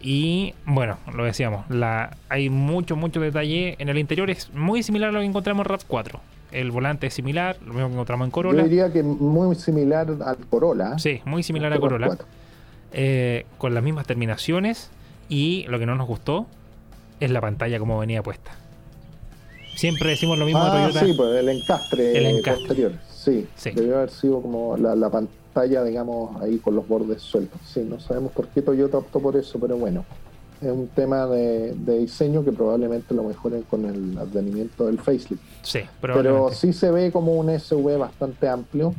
[SPEAKER 3] y bueno, lo decíamos, la, hay mucho, mucho detalle, en el interior es muy similar a lo que encontramos en RAV4, el volante es similar, lo mismo que encontramos en Corolla,
[SPEAKER 5] yo diría que muy similar al Corolla.
[SPEAKER 3] sí, muy similar a
[SPEAKER 5] Corolla
[SPEAKER 3] Corolla,
[SPEAKER 5] cuatro.
[SPEAKER 3] eh, con las mismas terminaciones, y lo que no nos gustó es la pantalla como venía puesta. Siempre decimos lo mismo de
[SPEAKER 5] Ah,
[SPEAKER 3] Toyota.
[SPEAKER 5] sí, pues el encastre,
[SPEAKER 3] El
[SPEAKER 5] eh,
[SPEAKER 3] encastre.
[SPEAKER 5] posterior. Sí,
[SPEAKER 3] Sí.
[SPEAKER 5] debió haber sido como la, la pantalla, digamos, ahí con los bordes sueltos. Sí, no sabemos por qué Toyota optó por eso, pero bueno, es un tema de, de diseño que probablemente lo mejoren con el advenimiento del facelift.
[SPEAKER 3] Sí,
[SPEAKER 5] Pero
[SPEAKER 3] probablemente.
[SPEAKER 5] sí se ve como un SUV bastante amplio.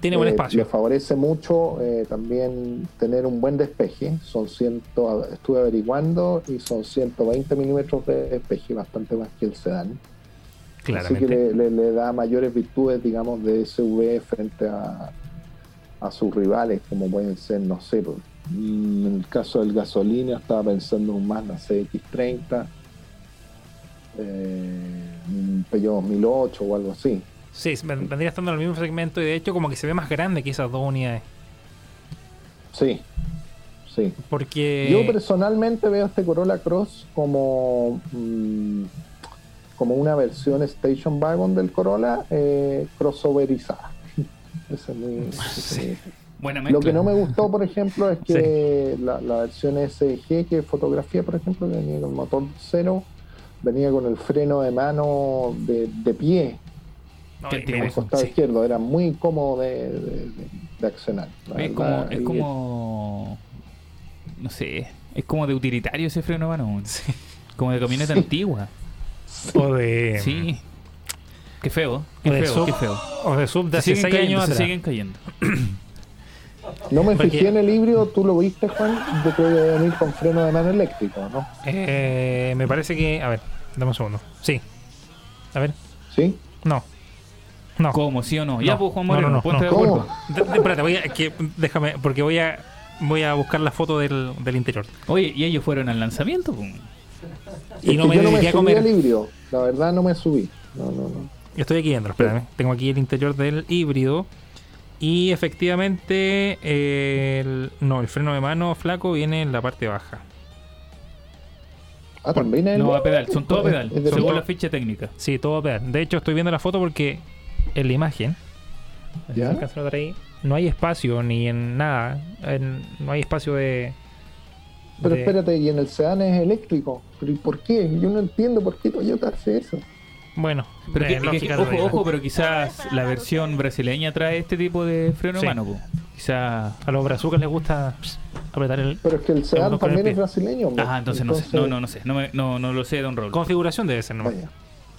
[SPEAKER 3] Tiene buen
[SPEAKER 5] Eh,
[SPEAKER 3] espacio.
[SPEAKER 5] Le favorece mucho eh, también tener un buen despeje. Son 100, a- estuve averiguando y son 120 milímetros de despeje, bastante más que el sedán.
[SPEAKER 3] Claramente.
[SPEAKER 5] Así que le, le- le da mayores virtudes, digamos, de SUV frente a, a sus rivales, como pueden ser, no sé, por- mm, en el caso del gasolina estaba pensando en un Mazda CX30, eh, un Peugeot 2008 o algo así.
[SPEAKER 3] Sí, s- ven- vendría estando en el mismo segmento y de hecho como que se ve más grande que esas dos unidades.
[SPEAKER 5] Sí, sí.
[SPEAKER 3] Porque...
[SPEAKER 5] Yo personalmente veo este Corolla Cross como mm, como una versión station wagon del Corolla eh, crossoverizada. Ese es mi- ese es mi-
[SPEAKER 4] Buena
[SPEAKER 5] Lo
[SPEAKER 4] mezcla.
[SPEAKER 5] que no me gustó, por ejemplo, es que la, la versión SG que fotografía, por ejemplo, que venía con motor cero, venía con el freno de mano de, de pie
[SPEAKER 3] No,
[SPEAKER 4] Qué
[SPEAKER 3] y
[SPEAKER 4] antiguo
[SPEAKER 3] mira,
[SPEAKER 5] al
[SPEAKER 4] eso.
[SPEAKER 5] costado
[SPEAKER 4] Sí.
[SPEAKER 5] izquierdo. Era muy incómodo de, de- de- de accionar. la
[SPEAKER 4] Es como,
[SPEAKER 5] verdad.
[SPEAKER 4] es
[SPEAKER 5] Y
[SPEAKER 4] como. No sé. Es como de utilitario ese freno de mano. weón. Como de camioneta antigua.
[SPEAKER 3] O de.
[SPEAKER 4] Sí. Qué feo. Qué
[SPEAKER 3] O de,
[SPEAKER 4] feo.
[SPEAKER 3] sub,
[SPEAKER 4] Qué feo.
[SPEAKER 3] o de sub de
[SPEAKER 4] Se
[SPEAKER 3] hace
[SPEAKER 4] siguen
[SPEAKER 3] 6
[SPEAKER 4] cayendo,
[SPEAKER 3] años
[SPEAKER 4] se
[SPEAKER 3] atrás.
[SPEAKER 4] siguen cayendo.
[SPEAKER 5] No me
[SPEAKER 3] Porque-
[SPEAKER 5] fijé en el híbrido, tú lo viste, Juan. Yo creo que debe venir con freno de mano eléctrico, ¿no?
[SPEAKER 3] Eh, me parece que. A ver, dame un segundo. Sí. A ver.
[SPEAKER 5] ¿Sí?
[SPEAKER 3] No. No.
[SPEAKER 4] ¿Cómo? ¿Sí o no? Ya,
[SPEAKER 3] No,
[SPEAKER 4] pues Juan
[SPEAKER 3] no,
[SPEAKER 4] Moreno,
[SPEAKER 3] no, no,
[SPEAKER 4] ponte
[SPEAKER 3] no.
[SPEAKER 4] de acuerdo.
[SPEAKER 5] ¿Cómo?
[SPEAKER 3] De- de- espérate, voy a, que, déjame, porque voy a voy a buscar la foto del, del interior.
[SPEAKER 4] Oye, y ellos fueron al lanzamiento. pum.
[SPEAKER 3] Y no
[SPEAKER 5] Es
[SPEAKER 3] me
[SPEAKER 5] que yo no me
[SPEAKER 3] dediqué a
[SPEAKER 5] subí al
[SPEAKER 3] comer.
[SPEAKER 5] híbrido. La verdad, no me subí. No, no, no.
[SPEAKER 3] Estoy aquí dentro, espérame. Tengo aquí el interior del híbrido. Y efectivamente, eh, el, no, el freno de mano flaco viene en la parte baja.
[SPEAKER 5] Ah, también es
[SPEAKER 4] No, va a pedal,
[SPEAKER 5] eléctrico?
[SPEAKER 4] son todos a pedal.
[SPEAKER 5] Es de
[SPEAKER 4] Según
[SPEAKER 5] motor.
[SPEAKER 4] la ficha técnica.
[SPEAKER 3] Sí, todo pedal. De hecho, estoy viendo la foto porque en la imagen, si
[SPEAKER 5] ¿Ya?
[SPEAKER 3] alcanzo a notar ahí, no hay espacio ni en nada. en- no hay espacio de.
[SPEAKER 5] Pero
[SPEAKER 3] de-
[SPEAKER 5] espérate, y en el sedán es eléctrico. ¿Pero y por qué? Yo no entiendo por qué Toyota hace eso.
[SPEAKER 3] Bueno,
[SPEAKER 4] Pero
[SPEAKER 3] eh,
[SPEAKER 4] que- que-
[SPEAKER 3] lógica
[SPEAKER 4] ojo,
[SPEAKER 3] todavía.
[SPEAKER 4] ojo, pero quizás la versión brasileña trae este tipo de freno
[SPEAKER 3] Sí.
[SPEAKER 4] de mano. pum. Quizás.
[SPEAKER 3] A los brazucas les gusta pss, apretar el.
[SPEAKER 5] Pero es que el
[SPEAKER 3] Segundo
[SPEAKER 5] sedán
[SPEAKER 3] con el
[SPEAKER 5] también
[SPEAKER 3] pie.
[SPEAKER 5] es brasileño. hombre.
[SPEAKER 4] Ah, entonces, no sé. No, no, no sé. No, me- no, no lo sé, don Raúl.
[SPEAKER 3] Configuración debe ser nomás.
[SPEAKER 5] Vaya,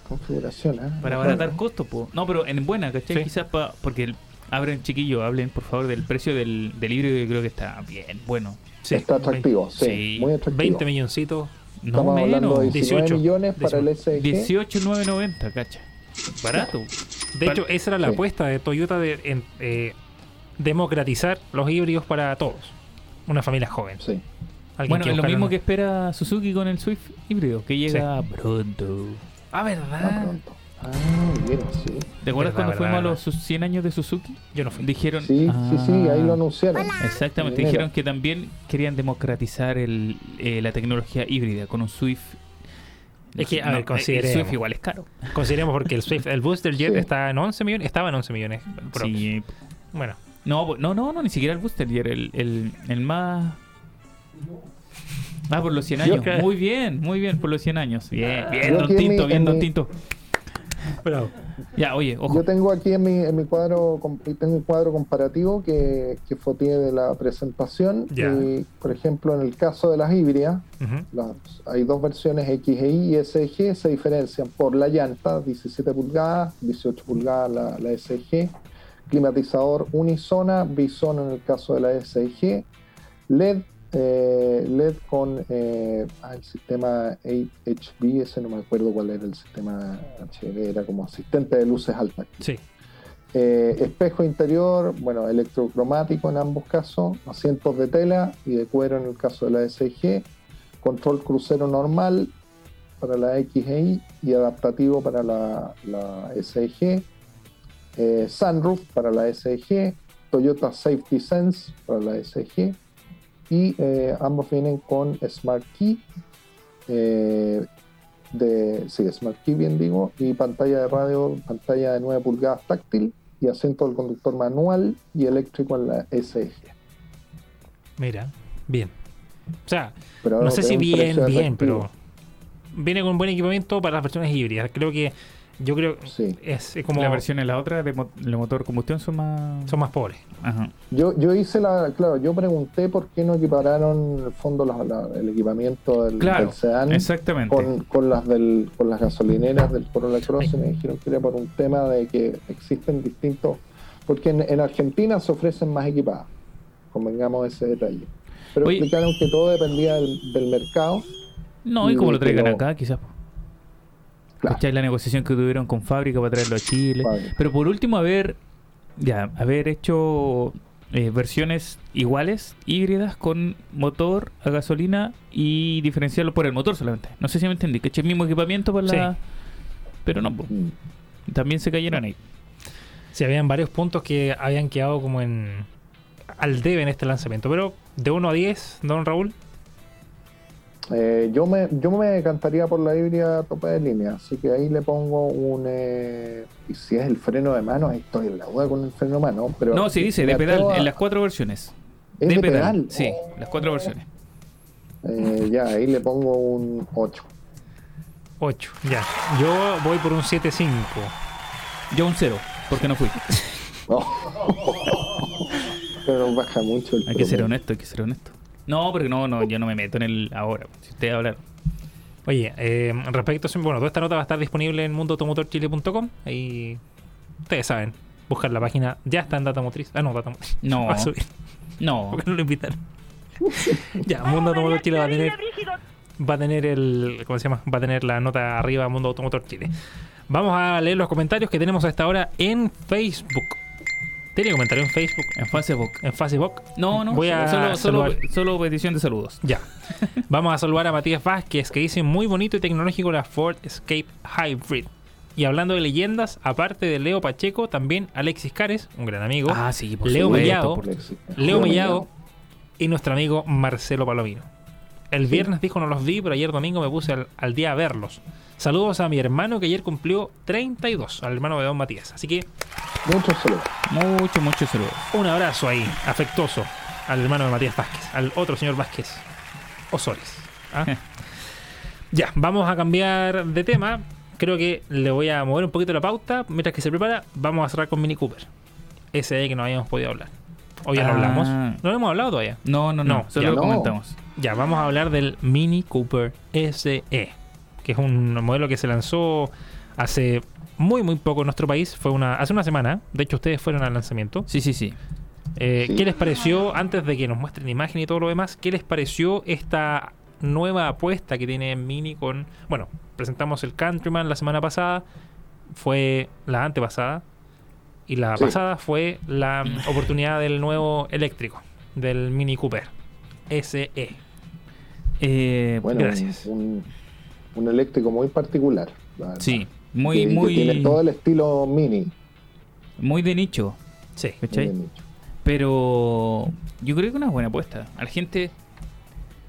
[SPEAKER 5] configuración, ¿eh?
[SPEAKER 4] Para
[SPEAKER 5] Bueno,
[SPEAKER 4] abaratar costos, po. No, pero en buena, ¿cachai?
[SPEAKER 3] Sí.
[SPEAKER 4] Quizás pa- porque el, abren, chiquillo, hablen por favor del precio del, del libro que creo que está bien, bueno.
[SPEAKER 3] Sí,
[SPEAKER 5] Está atractivo, sí,
[SPEAKER 4] Sí,
[SPEAKER 5] Muy atractivo.
[SPEAKER 3] 20 milloncitos.
[SPEAKER 4] No
[SPEAKER 5] Estamos hablando de
[SPEAKER 4] menos.
[SPEAKER 5] 19
[SPEAKER 3] 18,
[SPEAKER 5] millones para el SG.
[SPEAKER 4] 18,990, cacha. Barato.
[SPEAKER 3] De
[SPEAKER 4] Vale.
[SPEAKER 3] hecho, esa era la
[SPEAKER 5] Sí.
[SPEAKER 3] apuesta de Toyota de en- eh, democratizar los híbridos para todos. Una familia joven.
[SPEAKER 5] Sí.
[SPEAKER 3] Alguien
[SPEAKER 4] Bueno, es lo
[SPEAKER 3] buscara
[SPEAKER 4] mismo
[SPEAKER 3] una-
[SPEAKER 4] que espera Suzuki con el Swift híbrido, que llega pronto.
[SPEAKER 3] Ah,
[SPEAKER 5] Ah,
[SPEAKER 3] ¿verdad?
[SPEAKER 5] pronto. Ah, mira, sí.
[SPEAKER 4] ¿Te
[SPEAKER 3] Verdad,
[SPEAKER 4] acuerdas cuando
[SPEAKER 3] verdad,
[SPEAKER 4] fuimos a
[SPEAKER 3] verdad.
[SPEAKER 4] los sus 100 años de Suzuki?
[SPEAKER 3] Yo no fui.
[SPEAKER 4] Dijeron.
[SPEAKER 5] Sí, sí, sí, ahí lo
[SPEAKER 4] Ah.
[SPEAKER 5] anunciaron.
[SPEAKER 4] Exactamente,
[SPEAKER 5] En enero.
[SPEAKER 4] dijeron que también querían democratizar el, eh, la tecnología híbrida con un Swift.
[SPEAKER 3] Es que, a ver,
[SPEAKER 4] eh,
[SPEAKER 3] consideremos.
[SPEAKER 4] El Swift igual es caro.
[SPEAKER 3] Consideremos porque el Swift, el Booster Jet
[SPEAKER 5] Sí.
[SPEAKER 3] está en 11 millones, estaba en 11 millones. pero-
[SPEAKER 4] Sí.
[SPEAKER 3] Bueno,
[SPEAKER 4] No, po- no, no, no, ni siquiera el Booster Gear, el, el, el más... Ah, por los 100
[SPEAKER 5] Yo
[SPEAKER 4] años.
[SPEAKER 3] que-
[SPEAKER 4] Muy bien, muy bien, por los 100 años. Ah, Bien, bien,
[SPEAKER 5] Yo
[SPEAKER 4] don
[SPEAKER 5] que en
[SPEAKER 4] Tinto,
[SPEAKER 5] mi-
[SPEAKER 4] bien,
[SPEAKER 5] en
[SPEAKER 4] don
[SPEAKER 5] mi-
[SPEAKER 4] Tinto.
[SPEAKER 3] Ah. bravo.
[SPEAKER 4] Ya, oye, ojo.
[SPEAKER 5] Yo tengo aquí en mi, en mi cuadro, com- tengo un cuadro comparativo que, que fotié de la presentación.
[SPEAKER 3] Ya.
[SPEAKER 5] Y, por ejemplo, en el caso de las híbridas,
[SPEAKER 3] Ujú.
[SPEAKER 5] las- hay dos versiones XGI y SG, se diferencian por la llanta, 17 pulgadas, 18 pulgadas la, la SG, climatizador unisona, bisona en el caso de la SG, LED, eh, LED con eh, ah, el sistema HB, ese no me acuerdo cuál era el sistema HB, era como asistente de luces altas.
[SPEAKER 3] Sí.
[SPEAKER 5] Eh, espejo interior, bueno, electrocromático en ambos casos, asientos de tela y de cuero en el caso de la SG, control crucero normal para la XGI y adaptativo para la, la SG, eh, sunroof para la SG, Toyota Safety Sense para la SG y eh, ambos vienen con Smart Key, eh, de, sí, Smart Key bien digo, y pantalla de radio, pantalla de 9 pulgadas táctil y asiento del conductor manual y eléctrico en la SG.
[SPEAKER 3] Mira, bien. O sea,
[SPEAKER 5] Pero
[SPEAKER 3] no sé
[SPEAKER 5] pero
[SPEAKER 3] si
[SPEAKER 5] un
[SPEAKER 3] bien,
[SPEAKER 5] precio
[SPEAKER 3] bien,
[SPEAKER 5] atractivo.
[SPEAKER 3] pero viene con buen equipamiento para las versiones híbridas. Creo que yo creo
[SPEAKER 5] Sí.
[SPEAKER 3] es, es como
[SPEAKER 4] La versión en la otra de, mo- de motor combustión son más...
[SPEAKER 3] son más pobres.
[SPEAKER 4] Ajá.
[SPEAKER 5] Yo, yo hice la, claro, yo pregunté por qué no equipararon en el fondo la- la- el equipamiento del,
[SPEAKER 4] Claro,
[SPEAKER 5] del sedán
[SPEAKER 4] exactamente.
[SPEAKER 5] con, con las del, con las gasolineras del Corolla Cross y me dijeron que era por un tema de que existen distintos, porque en, en Argentina se ofrecen más equipadas, convengamos ese detalle. Pero
[SPEAKER 4] Oye.
[SPEAKER 5] explicaron que todo dependía del, del mercado.
[SPEAKER 4] No, y como lo traigan
[SPEAKER 5] Pero-
[SPEAKER 4] acá, quizás. po.
[SPEAKER 5] Claro.
[SPEAKER 4] ¿Cachai? La negociación que tuvieron con fábrica para traerlo a Chile.
[SPEAKER 5] Fábrica.
[SPEAKER 4] Pero por último, haber, ya, haber hecho eh, versiones iguales, híbridas, con motor a gasolina y diferenciarlo por el motor solamente. No sé si me entendí, que el mismo equipamiento para la.
[SPEAKER 3] Sí.
[SPEAKER 4] Pero no, po.
[SPEAKER 5] Mm.
[SPEAKER 4] también se cayeron ahí.
[SPEAKER 3] Sí, habían varios puntos que habían quedado como en al debe en este lanzamiento, pero de 1 a 10, don Raúl,
[SPEAKER 5] Eh, yo, me, yo me decantaría por la híbrida tope de línea, así que ahí le pongo un. eh, y si es el freno de mano, ahí estoy en la duda con el freno de mano. Pero
[SPEAKER 4] No, se dice de
[SPEAKER 5] la
[SPEAKER 4] pedal
[SPEAKER 5] toa-
[SPEAKER 4] en las cuatro versiones.
[SPEAKER 5] ¿Es de pedal?
[SPEAKER 4] Sí,
[SPEAKER 5] Oh.
[SPEAKER 4] las cuatro versiones.
[SPEAKER 5] eh, ya, ahí le pongo un 8.
[SPEAKER 3] 8, ya. Yo voy por un 7.5.
[SPEAKER 4] Yo un cero, porque no fui.
[SPEAKER 5] Pero baja mucho el
[SPEAKER 4] Hay que ser
[SPEAKER 5] promedio.
[SPEAKER 4] honesto, hay que ser honesto. No, porque no, no, yo no me meto en el ahora. Si ustedes hablaron.
[SPEAKER 3] Oye, eh, respecto a... Bueno, toda esta nota va a estar disponible en mundoautomotorchile.com. Ahí ustedes saben. Buscar la página. Ya está en Data Motriz. Ah, no, Data Motriz.
[SPEAKER 4] No.
[SPEAKER 3] Va a subir.
[SPEAKER 4] No,
[SPEAKER 3] ¿Por qué no lo invitaron? ya, Mundo Automotor Chile va a tener. Va a tener el. ¿Cómo se llama? Va a tener la nota arriba Mundo Automotor Chile. Vamos a leer los comentarios que tenemos hasta ahora en Facebook. ¿Tiene comentario en Facebook?
[SPEAKER 4] en Facebook.
[SPEAKER 3] En Facebook.
[SPEAKER 4] No, no,
[SPEAKER 3] Voy a
[SPEAKER 4] solo, solo,
[SPEAKER 3] saludar.
[SPEAKER 4] solo petición de saludos.
[SPEAKER 3] Ya. Vamos a saludar a Matías Vázquez, que dice muy bonito y tecnológico la Ford Escape Hybrid. Y hablando de leyendas, aparte de Leo Pacheco, también Alexis Cares, un gran amigo.
[SPEAKER 4] Ah, sí, por
[SPEAKER 3] Leo
[SPEAKER 4] supuesto,
[SPEAKER 3] Mellado.
[SPEAKER 4] por-
[SPEAKER 3] Leo Mellado y nuestro amigo Marcelo Palomino. El viernes dijo no los vi, pero ayer domingo me puse al, al día a verlos. Saludos a mi hermano que ayer cumplió 32, al hermano de Don Matías. Así que
[SPEAKER 5] Muchos saludos.
[SPEAKER 4] Mucho, mucho saludos.
[SPEAKER 3] un abrazo ahí, afectuoso, al hermano de Matías Vázquez, al otro señor Vázquez Osores. ¿ah? ya, vamos a cambiar de tema. Creo que le voy a mover un poquito la pauta. Mientras que se prepara, vamos a cerrar con Mini Cooper. Ese de que no habíamos podido hablar. Hoy ya lo
[SPEAKER 4] Ah.
[SPEAKER 3] hablamos. No lo hemos hablado todavía.
[SPEAKER 4] No, no, no,
[SPEAKER 3] No,
[SPEAKER 4] solo
[SPEAKER 3] ya
[SPEAKER 4] lo
[SPEAKER 5] no.
[SPEAKER 4] comentamos.
[SPEAKER 3] Ya, vamos a hablar del Mini Cooper SE, que es un modelo que se lanzó hace muy, muy poco en nuestro país. Fue una, hace una semana. De hecho, ustedes fueron al lanzamiento.
[SPEAKER 4] Sí, sí, sí.
[SPEAKER 3] Eh,
[SPEAKER 5] Sí.
[SPEAKER 3] ¿Qué les pareció, antes de que nos muestren imagen y todo lo demás, qué les pareció esta nueva apuesta que tiene Mini con... Bueno, presentamos el Countryman la semana pasada, fue la antepasada, y la
[SPEAKER 5] Sí.
[SPEAKER 3] pasada fue la mm, oportunidad del nuevo eléctrico, del Mini Cooper E. SE.
[SPEAKER 4] Eh,
[SPEAKER 5] Bueno,
[SPEAKER 3] Gracias.
[SPEAKER 5] Un, un eléctrico muy particular. la verdad.
[SPEAKER 4] sí,
[SPEAKER 5] Que-
[SPEAKER 4] muy,
[SPEAKER 5] que
[SPEAKER 4] muy,
[SPEAKER 5] tiene todo el estilo mini.
[SPEAKER 4] muy de nicho,
[SPEAKER 3] Sí.
[SPEAKER 4] ¿cachai?
[SPEAKER 5] Muy bien dicho.
[SPEAKER 4] Pero yo creo que una buena apuesta. A la gente.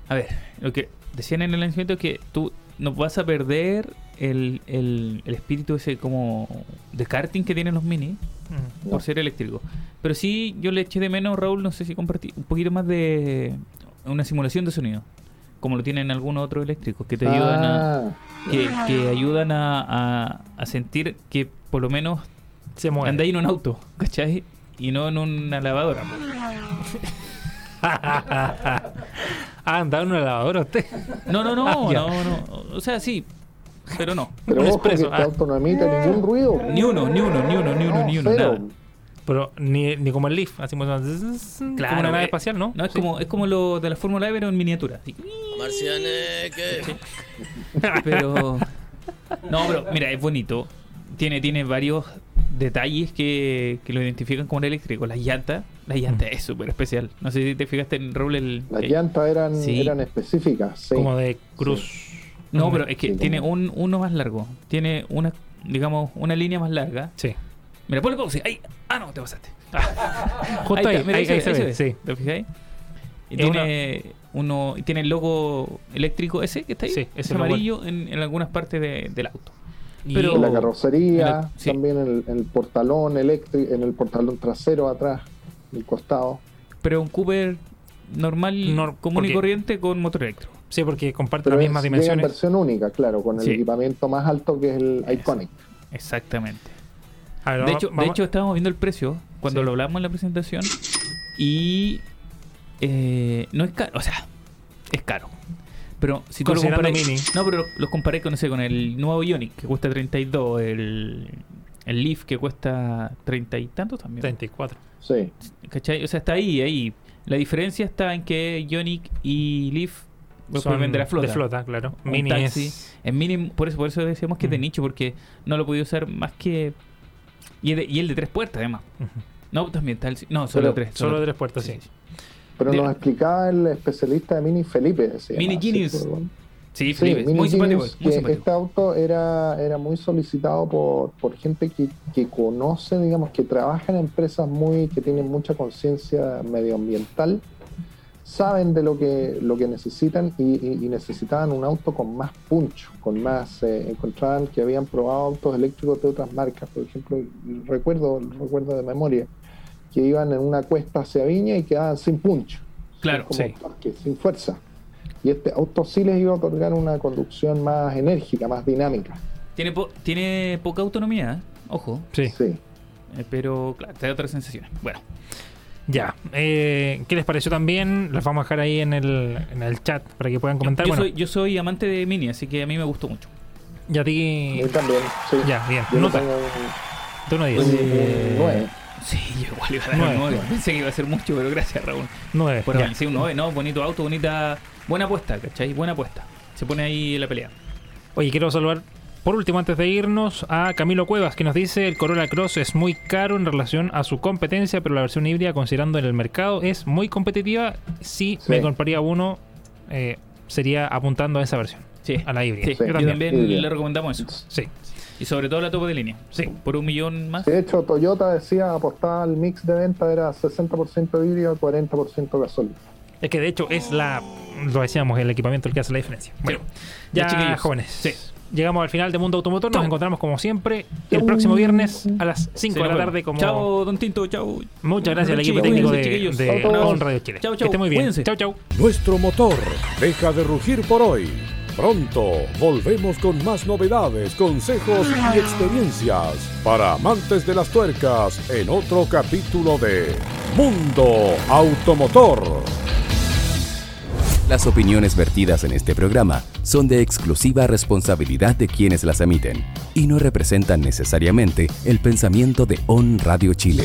[SPEAKER 4] A ver, lo que decían en el lanzamiento es que tú no vas a perder el, el, el espíritu ese como de karting que tienen los mini
[SPEAKER 3] Mm.
[SPEAKER 5] No.
[SPEAKER 4] por ser eléctrico. Pero sí, yo le eché de menos, Raúl, no sé si compartí, un poquito más de una simulación de sonido. Como lo tienen algunos otros eléctricos que te ayudan a.
[SPEAKER 5] Ah,
[SPEAKER 4] Que, que ayudan a, a- a sentir que por lo menos
[SPEAKER 3] Se mueve.
[SPEAKER 4] andáis en un auto, ¿cachai? Y no en una lavadora. po.
[SPEAKER 3] ah, andaba en una lavadora usted.
[SPEAKER 4] No, no,
[SPEAKER 5] Ah,
[SPEAKER 4] no,
[SPEAKER 3] Ya.
[SPEAKER 4] no, no. O sea, sí, pero no.
[SPEAKER 5] Pero
[SPEAKER 3] Un
[SPEAKER 5] ojo que
[SPEAKER 3] expreso,
[SPEAKER 5] este
[SPEAKER 3] ah.
[SPEAKER 5] auto no emite ningún ruido.
[SPEAKER 4] Ni uno, ni uno, ni uno, ni uno,
[SPEAKER 5] No,
[SPEAKER 4] ni uno,
[SPEAKER 5] cero.
[SPEAKER 4] nada.
[SPEAKER 3] Pero ni, ni como el Leaf, así como, como una nave
[SPEAKER 4] eh,
[SPEAKER 3] espacial, ¿no?
[SPEAKER 4] No, es
[SPEAKER 3] Sí.
[SPEAKER 4] como, es como lo de la Fórmula E, pero en miniatura. así. Pero. No, pero mira, es bonito. Tiene, tiene varios detalles que, que lo identifican como un eléctrico. Las llantas, la
[SPEAKER 3] Mm.
[SPEAKER 4] llanta es súper especial. No sé si te fijaste en Raúl el.
[SPEAKER 5] Las
[SPEAKER 4] eh,
[SPEAKER 5] llantas eran,
[SPEAKER 4] Sí.
[SPEAKER 5] eran específicas. sí.
[SPEAKER 3] Como de cruz.
[SPEAKER 4] No, pero es que
[SPEAKER 5] Sí,
[SPEAKER 4] tiene
[SPEAKER 5] como-
[SPEAKER 4] un, uno más largo. Tiene una, digamos, una línea más larga.
[SPEAKER 3] Sí.
[SPEAKER 4] Mira, ponle pausa. Ahí. Ah, no, te pasaste.
[SPEAKER 3] Justo ahí,
[SPEAKER 4] está, mira,
[SPEAKER 3] ahí- ahí
[SPEAKER 4] se ve, Ah. ahí se ve.
[SPEAKER 3] sí.
[SPEAKER 4] ¿Te fijáis? Y
[SPEAKER 3] Es
[SPEAKER 4] tiene, uno, y tiene el logo eléctrico ese que está ahí.
[SPEAKER 3] Sí, ese
[SPEAKER 4] es
[SPEAKER 3] logo.
[SPEAKER 4] amarillo en, en algunas partes de- del auto.
[SPEAKER 3] Y-
[SPEAKER 4] Pero-
[SPEAKER 5] En la carrocería,
[SPEAKER 4] en la- sí.
[SPEAKER 5] también en el, en el portalón eléctrico, en el portalón trasero atrás, el costado.
[SPEAKER 4] Pero un Cooper normal,
[SPEAKER 3] Nor-
[SPEAKER 4] común y
[SPEAKER 3] porque-
[SPEAKER 4] corriente con motor eléctrico.
[SPEAKER 3] Sí, porque comparte
[SPEAKER 5] Pero
[SPEAKER 3] las
[SPEAKER 5] es-
[SPEAKER 3] mismas
[SPEAKER 5] llega en
[SPEAKER 3] dimensiones.
[SPEAKER 5] versión única, claro, con el
[SPEAKER 4] Sí.
[SPEAKER 5] equipamiento más alto que es el
[SPEAKER 4] Eso.
[SPEAKER 5] Iconic.
[SPEAKER 4] Exactamente.
[SPEAKER 3] A ver,
[SPEAKER 4] de,
[SPEAKER 3] vamos-
[SPEAKER 4] hecho, de
[SPEAKER 3] vamos-
[SPEAKER 4] hecho, estábamos viendo el precio cuando
[SPEAKER 3] Sí.
[SPEAKER 4] lo hablamos en la presentación. Y eh, no es caro. O sea, es caro. Pero si tú lo
[SPEAKER 3] Considerando
[SPEAKER 4] comparas-
[SPEAKER 3] mini.
[SPEAKER 4] No, pero los comparé con, no sé, con el nuevo Ionic que cuesta 32, el, el Leaf que cuesta 30 y tantos también.
[SPEAKER 3] 34.
[SPEAKER 5] Sí.
[SPEAKER 4] ¿Cachai? O sea, está ahí, ahí. La diferencia está en que Ionic y Leaf los
[SPEAKER 3] Son
[SPEAKER 4] pueden vender a pues, flota.
[SPEAKER 3] De flota, claro.
[SPEAKER 4] Un
[SPEAKER 3] Mini
[SPEAKER 4] taxi.
[SPEAKER 3] es...
[SPEAKER 4] Es mínimo, por eso, por eso decíamos que es de
[SPEAKER 3] Mm.
[SPEAKER 4] nicho, porque no lo podía usar más que. Y el de, y el de tres puertas, además.
[SPEAKER 3] Ujú.
[SPEAKER 4] No, también está el. No, solo
[SPEAKER 5] Pero-
[SPEAKER 4] tres.
[SPEAKER 3] Solo tres puertas, sí.
[SPEAKER 5] Pero
[SPEAKER 4] De-
[SPEAKER 5] nos explicaba el especialista de Mini Felipe. se llama,
[SPEAKER 4] Mini
[SPEAKER 5] sí,
[SPEAKER 4] Genius.
[SPEAKER 5] por-
[SPEAKER 4] Sí,
[SPEAKER 5] Sí,
[SPEAKER 4] Felipe,
[SPEAKER 5] Mini
[SPEAKER 4] muy simpático.
[SPEAKER 5] Genius,
[SPEAKER 4] Muy
[SPEAKER 5] que
[SPEAKER 4] simpático.
[SPEAKER 5] este auto era, era muy solicitado por, por gente que, que conoce, digamos, que trabaja en empresas muy que tienen mucha conciencia medioambiental saben de lo que, lo que necesitan y, y- y necesitaban un auto con más punch, con más, eh, encontraban que habían probado autos eléctricos de otras marcas, por ejemplo, y recuerdo, recuerdo de memoria, que iban en una cuesta hacia Viña y quedaban sin punch,
[SPEAKER 4] Claro,
[SPEAKER 5] como
[SPEAKER 3] Sí.
[SPEAKER 5] torque, sin fuerza. Y este auto sí les iba a otorgar una conducción más enérgica, más dinámica.
[SPEAKER 4] Tiene, po- tiene poca autonomía, ¿eh? ojo.
[SPEAKER 3] Sí.
[SPEAKER 5] Sí.
[SPEAKER 4] Eh, pero, claro, te da otras sensaciones. Bueno,
[SPEAKER 3] Ya. Eh, ¿Qué les pareció también? Las vamos a dejar ahí en el, en el chat para que puedan comentar.
[SPEAKER 4] yo,
[SPEAKER 3] bueno,
[SPEAKER 4] soy, yo soy amante de Mini, así que a mí me gustó mucho.
[SPEAKER 3] ya a ti.
[SPEAKER 5] Yo también, sí.
[SPEAKER 3] Ya, bien.
[SPEAKER 5] Yo le
[SPEAKER 3] Nota.
[SPEAKER 5] tengo un-
[SPEAKER 3] Tú no
[SPEAKER 5] un-
[SPEAKER 3] 10.
[SPEAKER 5] un nueve.
[SPEAKER 4] Sí, yo igual iba a dar un
[SPEAKER 3] Nueve,
[SPEAKER 4] nueve. Pensé que iba a ser mucho, pero gracias, Raúl.
[SPEAKER 3] 9.
[SPEAKER 4] Por ahora, sí, un nueve, ¿no? Bonito auto, bonita. Buena apuesta, ¿cachai? Buena apuesta. Se pone ahí la pelea.
[SPEAKER 3] Oye, quiero saludar por último, antes de irnos, a Camilo Cuevas, que nos dice el Corolla Cross es muy caro en relación a su competencia, pero la versión híbrida, considerando en el mercado, es muy competitiva. Si
[SPEAKER 5] Sí.
[SPEAKER 3] me compraría uno, eh, sería apuntando a esa versión,
[SPEAKER 4] Sí,
[SPEAKER 3] a la híbrida.
[SPEAKER 4] sí,
[SPEAKER 5] Sí,
[SPEAKER 4] yo también,
[SPEAKER 5] yo también.
[SPEAKER 4] le recomendamos eso.
[SPEAKER 3] Sí,
[SPEAKER 4] Y sobre todo la topo de línea.
[SPEAKER 3] Sí.
[SPEAKER 4] Por un millón más.
[SPEAKER 5] De hecho, Toyota decía apostar al mix de venta era 60% híbrido, 40% gasolina.
[SPEAKER 3] es que de hecho es la, lo decíamos, el equipamiento el que hace la diferencia. Bueno,
[SPEAKER 4] Ya,
[SPEAKER 3] ya,
[SPEAKER 4] chiquillos.
[SPEAKER 3] jóvenes.
[SPEAKER 4] Sí.
[SPEAKER 3] Llegamos al final de Mundo Automotor, nos
[SPEAKER 4] Chau.
[SPEAKER 3] encontramos como siempre el próximo viernes a las 5
[SPEAKER 4] Se
[SPEAKER 3] de la
[SPEAKER 4] nos
[SPEAKER 3] tarde.
[SPEAKER 4] vemos.
[SPEAKER 3] Como
[SPEAKER 4] Chao, don Tinto, chao.
[SPEAKER 3] Muchas gracias al
[SPEAKER 4] Bueno,
[SPEAKER 3] equipo
[SPEAKER 4] chicos,
[SPEAKER 3] técnico
[SPEAKER 4] cuídense,
[SPEAKER 3] de,
[SPEAKER 4] chiquillos.
[SPEAKER 3] de
[SPEAKER 4] Chau, chau.
[SPEAKER 3] On Radio Chile.
[SPEAKER 4] Chau,
[SPEAKER 3] Que
[SPEAKER 4] chau.
[SPEAKER 3] esté muy bien.
[SPEAKER 4] Cuídense.
[SPEAKER 3] Chau, chau.
[SPEAKER 2] Nuestro motor deja de rugir por hoy. Pronto volvemos con más novedades, consejos y experiencias para amantes de las tuercas en otro capítulo de Mundo Automotor.
[SPEAKER 1] Las opiniones vertidas en este programa son de exclusiva responsabilidad de quienes las emiten y no representan necesariamente el pensamiento de On Radio Chile.